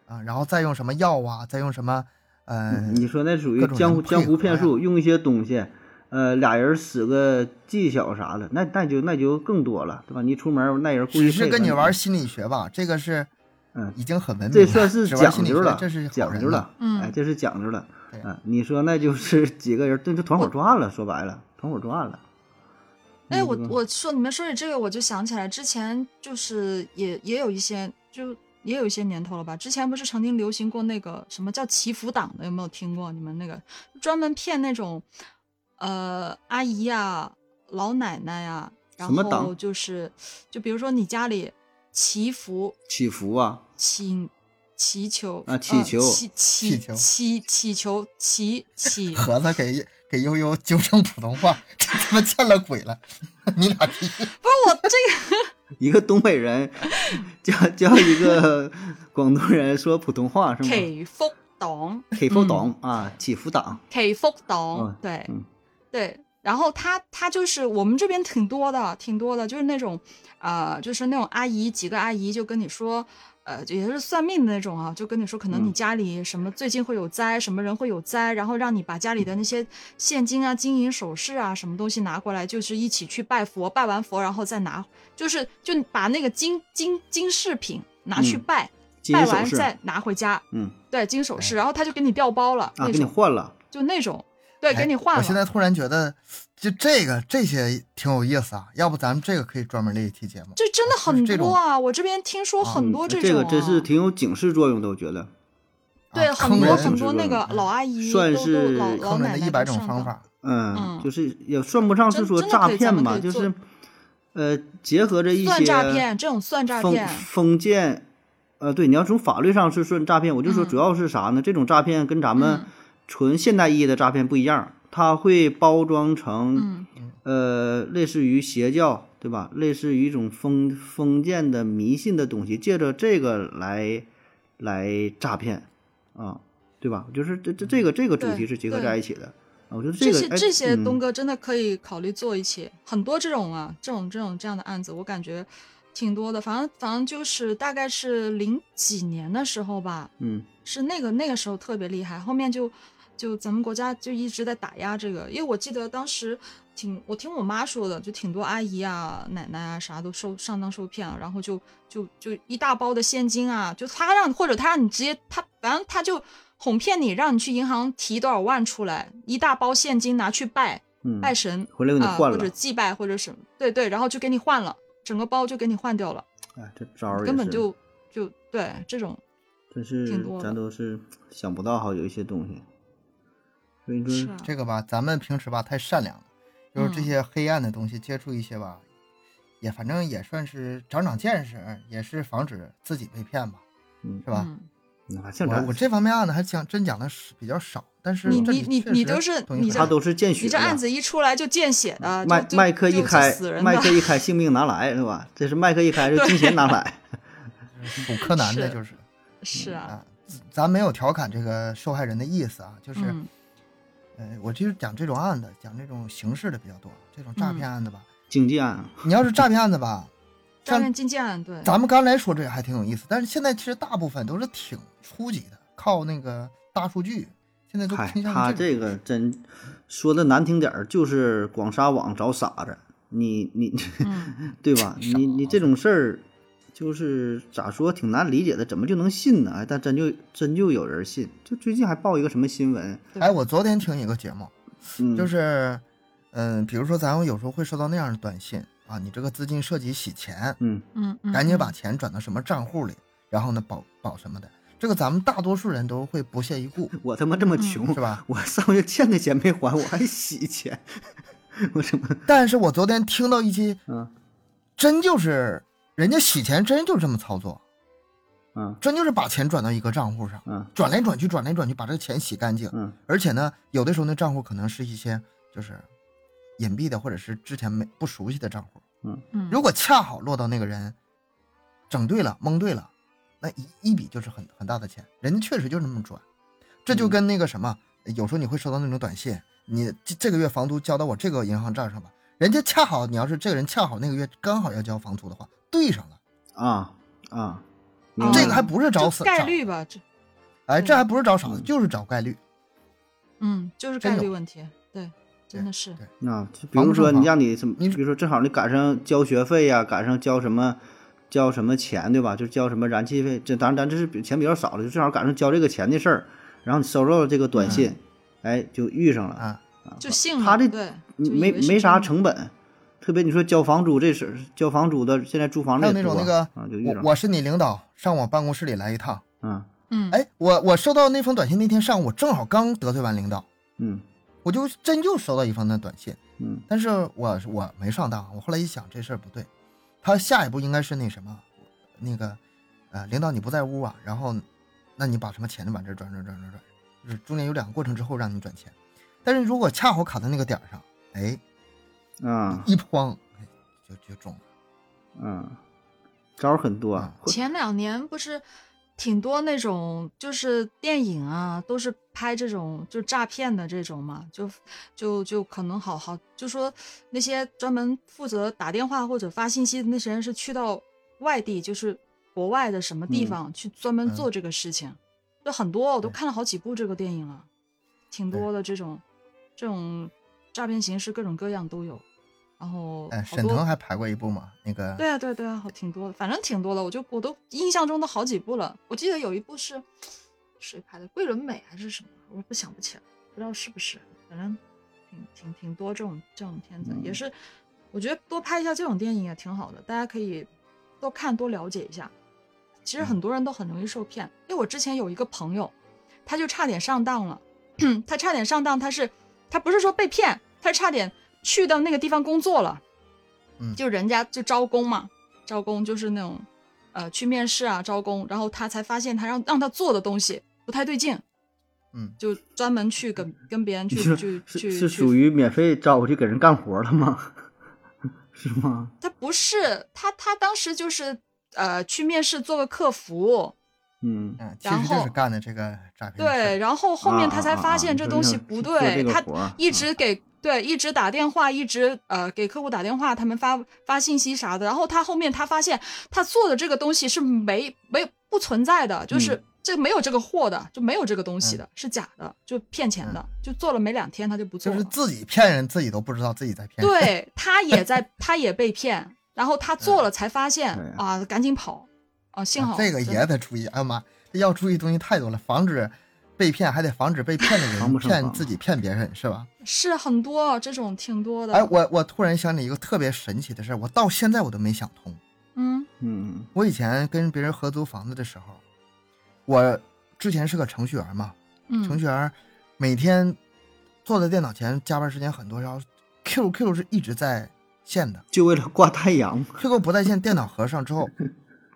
S1: 啊，然后再用什么药啊，再用什么呃，
S3: 嗯你说那属于
S1: 各种
S3: 江
S1: 人
S3: 湖
S1: 配
S3: 江湖
S1: 合
S3: 骗
S1: 呀
S3: 术，用一些东西，呃，俩人使个技巧啥的，那那就那就更多了，对吧？你一出门那人故
S1: 只
S3: 意
S1: 是
S3: 配
S1: 跟
S3: 合
S1: 你玩，心理学吧，这个是
S3: 嗯
S1: 已经很文明
S3: 这
S1: 了，
S3: 算是
S1: 只玩
S3: 讲
S1: 心理
S3: 究
S1: 学
S3: 了，
S1: 这是好
S3: 讲
S1: 人
S3: 究了，
S2: 嗯
S3: 哎，这是讲究了。
S1: 对
S3: 啊，你说那就是 (laughs) 几个人，这就团伙作案了。说白了，团伙作案了。
S2: 哎，我
S3: 嗯
S2: 我说你们说起这个，我就想起来之前就是也也有一些，就也有一些年头了吧。之前不是曾经流行过那个什么叫祈福党的，有没有听过？你们那个专门骗那种呃阿姨呀、老奶奶呀、然
S3: 什么党
S2: 后就是就比如说你家里祈福
S3: 祈福啊，
S2: 请祈求
S3: 啊祈
S2: 呃
S3: 求
S2: 祈
S1: 祈
S2: 祈
S1: 求
S2: 祈祈求祈祈
S1: 盒子给给悠悠纠正普通话，这他妈见了鬼了！ (laughs) 你俩这
S3: (laughs) 一个东北人教教一个广东人说普通话是吗？
S2: 祈福党。
S3: 祈福党啊，祈福党，
S2: K 福
S3: 嗯
S2: 党，对
S3: 嗯，
S2: 对。然后他他就是我们这边挺多的，挺多的，就是那种，呃，就是那种阿姨，几个阿姨就跟你说，呃，也是算命的那种啊，就跟你说，可能
S3: 嗯
S2: 你家里什么最近会有灾，什么人会有灾，然后让你把家里的那些现金啊、金银首饰啊、什么东西拿过来，就是一起去拜佛，拜完佛然后再拿，就是就把那个金金金饰品拿去
S3: 嗯
S2: 拜，
S3: 金
S2: 拜
S3: 银首
S2: 完
S3: 饰，
S2: 再拿回家，
S3: 嗯
S2: 对，金首饰，然后他就给你调包了，
S3: 啊，
S2: 那
S3: 给你
S2: 种。
S3: 换了，
S2: 就那种，对，
S1: 哎
S2: 给你换了。
S1: 我现在突然觉得，就这个这些挺有意思啊，要不咱们这个可以专门列一期节目。
S2: 这真的
S1: 就是
S2: 很
S1: 这
S2: 多啊！我这边听说很多
S3: 嗯这
S2: 种、啊
S3: 个真是挺有警示作用的，我觉得
S2: 对
S1: 啊
S2: 很
S1: 坑
S2: 多
S1: 人
S2: 很多
S3: 就是
S2: 那个老阿姨
S3: 算
S2: 都都
S3: 是
S2: 老老
S1: 嗯坑人
S2: 奶
S1: 的
S2: 奶
S1: 一百
S2: 都
S1: 种
S2: 上
S1: 方
S2: 当。
S1: 法，
S3: 嗯
S2: 嗯，
S3: 就是也算不上是
S2: 真
S3: 说
S2: 真的
S3: 诈
S2: 可以咱
S3: 骗
S2: 们
S3: 吧，
S2: 可以
S3: 就
S2: 做
S3: 是呃，结合着一
S2: 算
S3: 些
S2: 诈骗这种算诈
S3: 封
S2: 骗
S3: 封建，呃，对，你要从法律上是算诈骗，我就说
S2: 嗯
S3: 主要是啥呢？这种诈骗跟咱们
S2: 嗯
S3: 纯现代意义的诈骗不一样，它会包装成
S2: 嗯
S3: 呃类似于邪教，对吧？类似于一种封封建的迷信的东西，借着这个来来诈骗啊，对吧？就是这这这个这个主题
S2: 嗯对
S3: 是结合
S2: 对
S3: 在一起的啊，我觉得
S2: 这
S3: 个
S2: 些
S3: 哎
S2: 这些
S3: 嗯
S2: 东哥真的可以考虑做一期，很多这种啊，这种这种这样的案子，我感觉挺多的。反正反正就是大概是零几年的时候吧，
S3: 嗯
S2: 是那个那个时候特别厉害，后面就就咱们国家就一直在打压这个，因为我记得当时挺我听我妈说的，就挺多阿姨啊、奶奶啊啥都受上当受骗了，啊然后就就就一大包的现金啊，就他让或者他让你直接他反正他就哄骗你，让你去银行提多少万出来，一大包现金拿去拜
S3: 嗯，
S2: 拜神
S3: 回来给你
S2: 啊、
S3: 换
S2: 或
S3: 了
S2: 者，祭拜或者什么，对对，然后就给你换了，整个包就给你换掉了，
S3: 哎，这招儿也
S2: 根本
S3: 是
S2: 就就对这种
S3: 真是
S2: 挺多的
S3: 咱都是想不到哈，有一些东西。所以
S2: 是
S3: 说
S2: 啊，
S1: 这个吧，咱们平时吧太善良了，就是这
S2: 嗯
S1: 些黑暗的东西接触一些吧，也反正也算是长长见识，也是防止自己被骗吧，
S3: 嗯
S1: 是吧？啊
S2: 嗯
S3: 你看像
S1: 我
S3: 咱
S1: 我这方面案子还讲真讲的是比较少，但是
S2: 你
S1: 这
S2: 你
S1: 里
S2: 你
S1: 确
S2: 你
S1: 实
S2: 就是
S1: 东西
S2: 你
S1: 很
S2: 这
S3: 他
S1: 多
S3: 都是见血
S2: 你
S3: 的，
S2: 这案子一出来就见血的，就
S3: 啊麦
S2: 就
S3: 麦克
S2: 就
S3: 一
S2: 就
S3: 开
S2: 死，人
S3: 麦
S2: 的
S3: 克一开，性命拿来是吧？这是麦克一
S2: (laughs)
S3: 开，是金钱拿来。
S1: 属柯南的，
S2: 是
S1: 就是
S2: 是啊，
S1: 啊，咱没有调侃这个受害人的意思啊，就是、
S2: 嗯
S1: 呃，我就是讲这种案子，讲这种形式的比较多，这种
S2: 嗯
S1: 诈骗案子吧，
S3: 经济案，
S1: 你要是诈骗案子吧，
S2: 诈
S1: 像
S2: 骗进见对，
S1: 咱们刚才说这个还挺有意思，但是现在其实大部分都是挺初级的，靠那个大数据，现在都
S3: 嗨
S1: 倾，向于
S3: 他
S1: 这
S3: 这个真说的难听点儿，就是广撒网找傻子。你你，
S2: 嗯
S3: (laughs) 对
S1: (laughs)
S3: 吧？你你这种事儿，就是咋说挺难理解的，怎么就能信呢？哎，但真就真就有人信。就最近还报一个什么新闻，
S1: 种哎，我昨天听一个节目，
S3: 嗯，
S1: 就是嗯、比如说咱们有时候会收到那样的短信啊，你这个资金涉及洗钱，
S3: 嗯
S2: 嗯嗯，
S1: 赶紧
S2: 嗯
S1: 把钱转到什么账户里，然后呢保保什么的，这个咱们大多数人都会不屑一
S3: (laughs)
S1: 顾，
S3: 我他妈这么穷、
S1: 嗯是吧？
S3: 我上个月欠的钱没还，我还洗钱， (laughs) 我什么？
S1: 但是我昨天听到一期，
S3: 嗯
S1: 真就是人家洗钱真就这么操作，
S3: 嗯
S1: 真就是把钱转到一个账户上，
S3: 嗯
S1: 转来转去，转来转去，把这个钱洗干净。
S3: 嗯
S1: 而且呢，有的时候那账户可能是一些就是隐蔽的，或者是之前没不熟悉的账户。
S2: 嗯
S1: 如果恰好落到那个人整对了、蒙对了，那一一笔就是很很大的钱，人家确实就那么转。这
S3: 嗯
S1: 就跟那个什么，有时候你会收到那种短信，你这这个月房租交到我这个银行账上吧，人家恰好你要是这个人恰好那个月刚好要交房租的话，对上了，
S3: 啊啊，明
S2: 哦
S3: 白
S1: 这个还不是找
S2: 就
S1: 死
S2: 概
S1: 找
S2: 率吧，这
S1: 哎，这还不是找傻子，
S3: 嗯
S1: 就是找概率。
S2: 嗯就是
S1: 真
S2: 概
S1: 有
S2: 率问题，对，真的是
S1: 对
S3: 啊，就比如说你让你什么，
S1: 你
S3: 比如说正好你赶上交学费呀、赶上交什么交什么钱，对吧？就交什么燃气费，这当然咱这是比钱比较少了，就正好赶上交这个钱的事儿，然后你收到了这个短信，哎，就遇上了，
S1: 嗯啊，
S2: 就信了，
S3: 他这
S2: 对，
S3: 你
S2: 就以
S3: 没
S2: 为是
S3: 没啥
S2: 真的
S3: 成本。特别你说交房租这事儿，交房租的现在租房
S1: 还
S3: 的
S1: 有
S3: 也
S1: 那
S3: 多
S1: 种那个，
S3: 啊，就遇上
S1: 我
S3: 了，
S1: 我是你领导，上我办公室里来一趟。
S3: 嗯
S2: 嗯
S1: 哎，我我收到那封短信那天上午，我正好刚得罪完领导，
S3: 嗯
S1: 我就真就收到一封那短信，
S3: 嗯
S1: 但是我我没上当。我后来一想，这事儿不对，他下一步应该是那什么，那个，呃，领导你不在屋啊，然后，那你把什么钱往这儿转转转转转，就是中间有两个过程之后让你转钱，但是如果恰好卡在那个点儿上，哎，
S3: 啊
S1: 一慌，哎就就中了。
S3: 嗯，招儿很
S1: 啊
S3: 多，啊会
S2: 前两年不是挺多那种，就是电影啊，都是拍这种就诈骗的这种嘛，就就就可能好好就说那些专门负责打电话或者发信息的那些人是去到外地，就是国外的什么地
S3: 嗯
S2: 方、去专门
S1: 嗯
S2: 做这个事情，就很多，我都
S1: 对
S2: 看了好几部这个电影了，挺
S1: 对
S2: 多的这种这种诈骗形式各种各样都有，然后
S1: 哎，
S2: 好
S1: 沈
S2: 多
S1: 腾还排过一部嘛，那个
S2: 对啊，对啊对啊，好挺多的，反正挺多的，我就我都印象中都好几部了。我记得有一部是谁拍的，桂纶镁还是什么，我不想不起来，不知道是不是。反正挺挺挺多这种这种片子，也是我觉得多拍一下这种电影也挺好的，大家可以多看多了解一下。其实很多人都很容易受骗，因为我之前有一个朋友，他就差点上当了， (clears throat) 他差点上当，他是他不是说被骗，他差点去到那个地方工作了。
S1: 嗯
S2: 就人家就招工嘛，招工就是那种，呃，去面试啊，招工，然后他才发现他让让他做的东西不太对劲，
S1: 嗯，
S2: 就专门去跟跟别人去
S3: 嗯你说
S2: 去
S3: 是
S2: 去
S3: 是
S2: 去
S3: 属于免费招去给人干活了吗？ (laughs) 是吗？
S2: 他不是他他当时就是呃去面试做个客服，
S3: 嗯，
S1: 嗯，其
S2: 然
S1: 实就是
S2: 后
S1: 干的这个诈骗的事
S2: 对，
S1: 儿。
S2: 然后后面
S3: 啊
S2: 他才
S3: 啊
S2: 发
S3: 啊
S2: 现
S3: 你
S2: 这
S3: 说
S2: 东
S3: 要
S2: 西
S3: 去
S2: 不
S3: 做
S2: 对，
S3: 这个
S2: 他
S3: 活儿
S2: 一
S3: 啊
S2: 直给对一直打电话，一直呃给客户打电话，他们发发信息啥的。然后他后面他发现他做的这个东西是没没不存在的，就是
S3: 嗯
S2: 这没有这个货的，就没有这个东西
S1: 嗯
S2: 的，是假的，就骗钱的，就做了没两天他就不做
S1: 就
S2: 了。
S1: 是自己骗人，自己都不知道自己在骗人。
S2: 对他也在，他也被骗，然后他做了才发现
S3: 对
S2: 啊，赶紧跑啊，幸
S1: 啊
S2: 好
S1: 这个
S2: 真
S1: 也得注意。哎呀妈，这要注意东西太多了，防止被骗，还得防止被骗的
S3: 防
S1: 人
S3: 不胜
S1: 骗
S3: 防啊
S1: 自己骗别人，是吧？
S2: 是很多这种挺多的，
S1: 哎，我我突然想起一个特别神奇的事儿，我到现在我都没想通。
S2: 嗯
S3: 嗯
S1: 我以前跟别人合租房子的时候，我之前是个程序员嘛，程
S2: 嗯，
S1: 序员每天坐在电脑前加班时间很多，然后 QQ 是一直在线的
S3: 就为了挂太阳。
S1: ，QQ 不在线，电脑合上之
S3: (laughs)
S1: 后，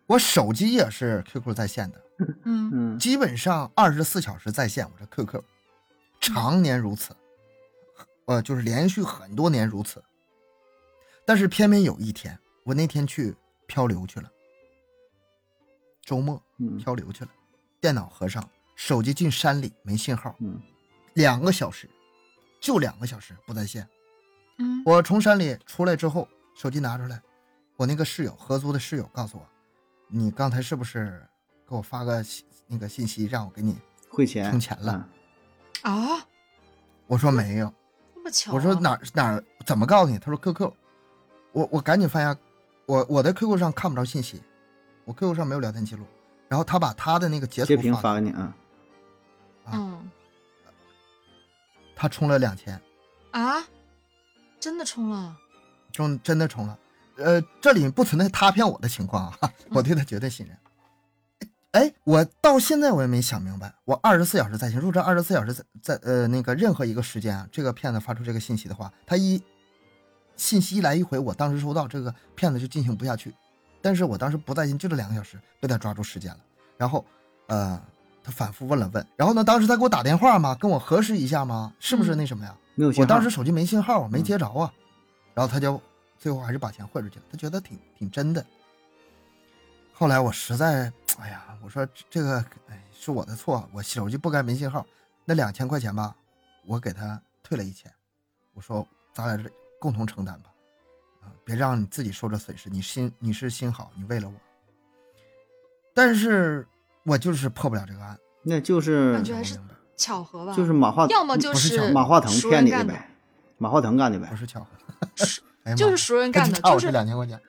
S1: 我手机也是 QQ 在线的，
S2: 嗯
S3: 嗯，
S1: 基本上二十四小时在线，我这 QQ 常年如此，呃，就是连续很多年如此。但是偏偏有一天，我那天去漂流去了，周末
S3: 嗯
S1: 漂流去了，电脑合上，手机进山里没信号，
S3: 嗯
S1: 两个小时，就两个小时不在线。
S2: 嗯
S1: 我从山里出来之后，手机拿出来，我那个室友合租的室友告诉我，你刚才是不是给我发个信那个信息让我给你？
S3: 汇钱
S1: 充钱了
S3: 啊
S2: 啊，
S1: 我说没有，
S2: 这么巧啊，
S1: 我说哪儿哪儿怎么告诉你？他说 QQ，我我赶紧翻下，我我在 QQ 上看不着信息，我 QQ 上没有聊天记录。然后他把他的那个截
S3: 截
S1: 图
S3: 屏
S1: 发
S3: 发
S1: 给
S3: 给你啊。
S1: 啊
S2: 嗯
S1: 我，他充了两千，
S2: 啊，真的充了，
S1: 充真的充了。呃，这里不存在他骗我的情况啊， (laughs) 我对他绝对信任。哎，我到现在我也没想明白，我二十四小时在线，如果这二十四小时在在呃那个任何一个时间啊，这个骗子发出这个信息的话，他一信息一来一回，我当时收到这个骗子就进行不下去，但是我当时不在线，就这两个小时被他抓住时间了，然后呃他反复问了问，然后呢，当时他给我打电话嘛，跟我核实一下嘛，是不是
S2: 嗯
S1: 那什么呀？
S3: 没有信号
S1: 我当时手机没信号，没
S3: 啊嗯
S1: 接着啊，然后他就最后还是把钱汇出去了，他觉得挺挺真的。后来我实在，哎呀，我说这这个哎是我的错，我手机不该没信号。那两千块钱吧，我给他退了一千，我说咱俩这共同承担吧，啊，别让你自己受这损失。你心你是心好，你为了我，但是我就是破不了这个案，
S3: 那就是
S2: 感觉还
S1: 我
S2: 是
S1: 明白
S2: 巧合吧，
S3: 就是马化，
S2: 要么就
S3: 不
S2: 是
S3: 马化腾
S2: 熟
S3: 骗
S2: 人
S3: 你的
S2: 干的
S3: 呗，马化腾干的呗
S1: 不。是巧合， (laughs) 哎呀妈呀
S2: 就是熟人干的，
S1: 差
S2: 就
S1: 我
S2: 是
S1: 这两千块钱，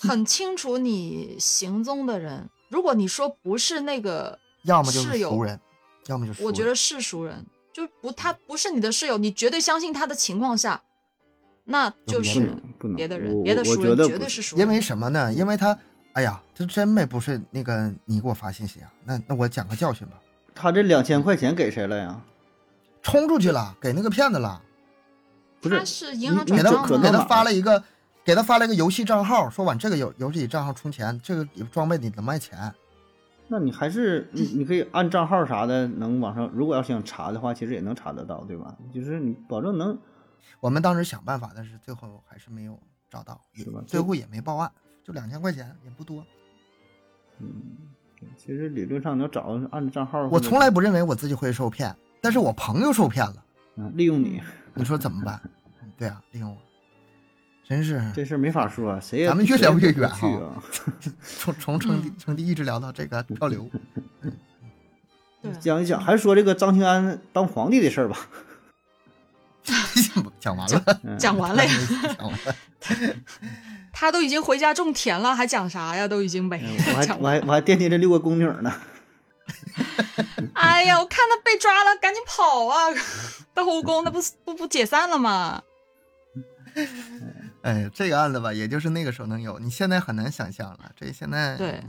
S2: 很清楚你行踪的人，如果你说不是那个
S1: 要么就是
S2: 室友
S1: 熟人，要么就是熟
S2: 我觉
S1: 人
S2: 得是熟人，就不他不是你的室友，你绝对相信他的情况下，那
S1: 有
S2: 就
S1: 别
S2: 是
S1: 的
S3: 人不能
S2: 别的
S3: 我
S2: 人，别的
S3: 我
S2: 熟
S3: 觉
S2: 人
S3: 得
S2: 绝
S3: 不
S2: 对
S3: 是
S2: 是熟人，
S1: 因为什么呢？因为他，哎呀，这真没不是那个你给我发信息啊，那那我讲个教训吧，
S3: 他这两千块钱给谁了呀？
S1: 冲出去了，给那个骗子了，
S3: 不是
S2: 他是银行
S3: 你
S2: 转
S1: 给
S3: 这
S1: 他
S2: 账
S3: 可
S1: 给
S2: 的，
S3: 能
S1: 他
S3: 吧
S1: 发了一个，给他发了一个游戏账号，说往这个游游戏账号充钱，这个装备你能卖钱。
S3: 那你还是你你可以按账号啥的，能往上。如果要想查的话，其实也能查得到，对吧？就是你保证能，
S1: 我们当时想办法，但是最后还是没有找到，也
S3: 对吧
S1: 最后也没报案，就两千块钱也不多。
S3: 嗯，其实理论上能找到按账号。
S1: 我从来不认为我自己会受骗，但是我朋友受骗了，
S3: 嗯利用你，
S1: 你说怎么办？对啊，利用我，真是
S3: 这事儿没法说啊，谁也
S1: 咱们越
S3: 谁也
S1: 聊越
S3: 不
S1: 远
S3: 去啊。
S1: 从从成地
S2: 嗯
S1: 成地一直聊到这个
S3: 嗯
S1: 漂流。
S2: 对，
S3: 讲一讲，还是说这个张庆安当皇帝的事儿吧。
S1: 讲完了，
S3: 嗯，
S2: 讲完了呀，
S1: (laughs) 讲完了。
S2: 他都已经回家种田了，还讲啥呀？都已经没
S3: 嗯 (laughs) 我还
S2: 讲
S3: 我
S2: 完。
S3: 还我还惦记着六个宫女呢。
S2: 哎呀，我看他被抓了，赶紧跑啊！ (laughs) 到后宫那
S3: 嗯
S2: 不不不解散了吗？
S1: 哎，这个案子吧，也就是那个时候能有，你现在很难想象了。这现
S3: 嗯
S1: 在，
S2: 对，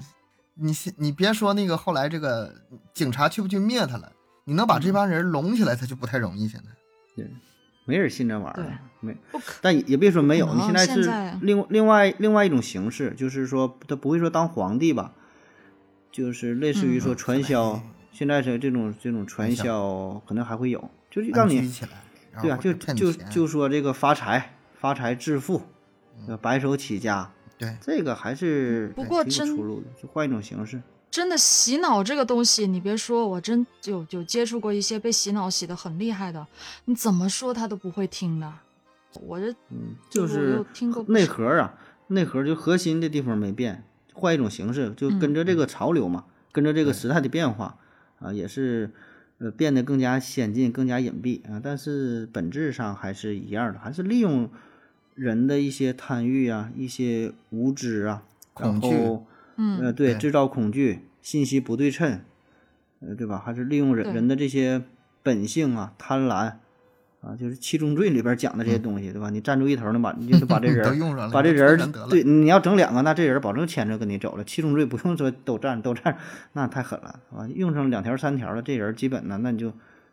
S1: 你现你别说那个后来这个警察去不去灭他了，你能把这帮人拢起来，他就不太容易。现在，
S3: 没人信这玩意
S2: 对
S3: 儿，没
S2: 不可，
S3: 但也也别说没有，
S2: 不
S3: 你
S2: 能
S3: 现在
S2: 现
S3: 是
S2: 在
S3: 另另外另外一种形式，就是说他不会说当皇帝吧，就是类似于说
S1: 嗯
S3: 传销， (laughs) 现在这这种这种传销可能还会有，就是让
S1: 安
S3: 你
S1: 居起来，然
S3: 对啊，
S1: 后
S3: 就
S1: 或者骗
S3: 就
S1: 你钱，
S3: 就说这个发财、发财致富、
S1: 嗯
S3: 白手起家，
S1: 对，
S3: 这个还是
S2: 不过
S3: 挺有
S2: 真
S3: 出路的，就换一种形式。
S2: 真的洗脑这个东西，你别说，我真有有接触过一些被洗脑洗得很厉害的，你怎么说他都不会听的。我这
S3: 嗯，就
S2: 我
S3: 是
S2: 有听过不
S3: 内
S2: 少
S3: 核啊，内核就核心的地方没变，换一种形式，就跟
S2: 嗯
S3: 着这个潮流嘛，跟着这个时代的变化啊，也是呃变得更加先进、更加隐蔽啊，但是本质上还是一样的，还是利用人的一些贪欲啊、一些无知啊、
S1: 恐惧
S3: 然后呃，
S2: 嗯，
S3: 对，
S1: 对
S3: 制造恐惧、信息不对称，呃，对吧？还是利用人
S2: 对
S3: 人的这些本性啊、贪婪啊，就是《七宗罪》里边讲的这些东西，对吧？你站住一头，能把你就把
S1: (laughs)
S3: 这人
S1: 嗯都
S3: 儿
S1: 用上了，
S3: 把这
S1: 你就
S3: 人
S1: 全得
S3: 儿
S1: 了
S3: 对，你要整两个，那这人儿保证牵着跟你走了。七宗罪不用说都占都占， (laughs) 那太狠了啊！用上两条三条了，这人儿基本呢，那你就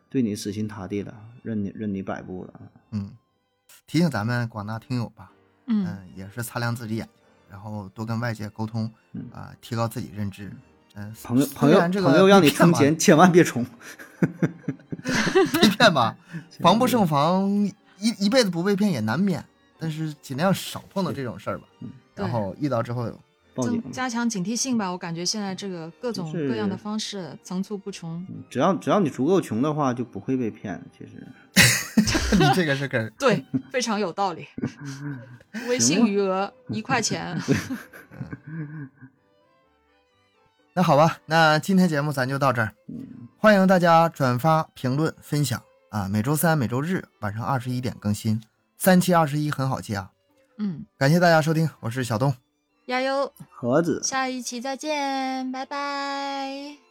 S3: 对你死心塌地了，任你任你摆布了。
S1: 嗯，提醒咱们广大听友吧，嗯、
S2: 嗯，
S1: 也是擦亮自己眼睛，然后多跟外界沟通，
S3: 嗯
S1: 啊、提高自己认知。嗯、
S3: 朋友
S1: 虽
S3: 朋友
S1: 然这个
S3: 朋友让
S1: 被
S3: 你
S1: 骗
S3: 充
S1: 吧
S3: 钱，千万别充。
S1: 被骗吧，防不胜防，一一辈子不被骗也难免，但是尽量少碰到这种事儿吧。然
S2: 对
S1: 后遇到之后，
S3: 报警
S2: 增
S3: 吧。
S2: 加强警惕性吧。我感觉现在这个各种各样的
S3: 是嗯
S2: 方式层出不穷。
S3: 只要只要你足够穷的话，就不会被骗。其实，
S1: 你这个是根儿。
S2: 对，非常有道
S3: (laughs)
S2: 理。微信余额一块钱，
S1: 那好吧，那今天节目咱就到这儿，欢迎大家转发、评论、分享啊！每周三、每周日晚上二十一点更新，三七二十一很好记啊！ (laughs)
S2: 嗯，
S1: 感谢大家收听，我是小东。
S2: 加油，
S3: 盒子
S2: 下一期再见，拜拜。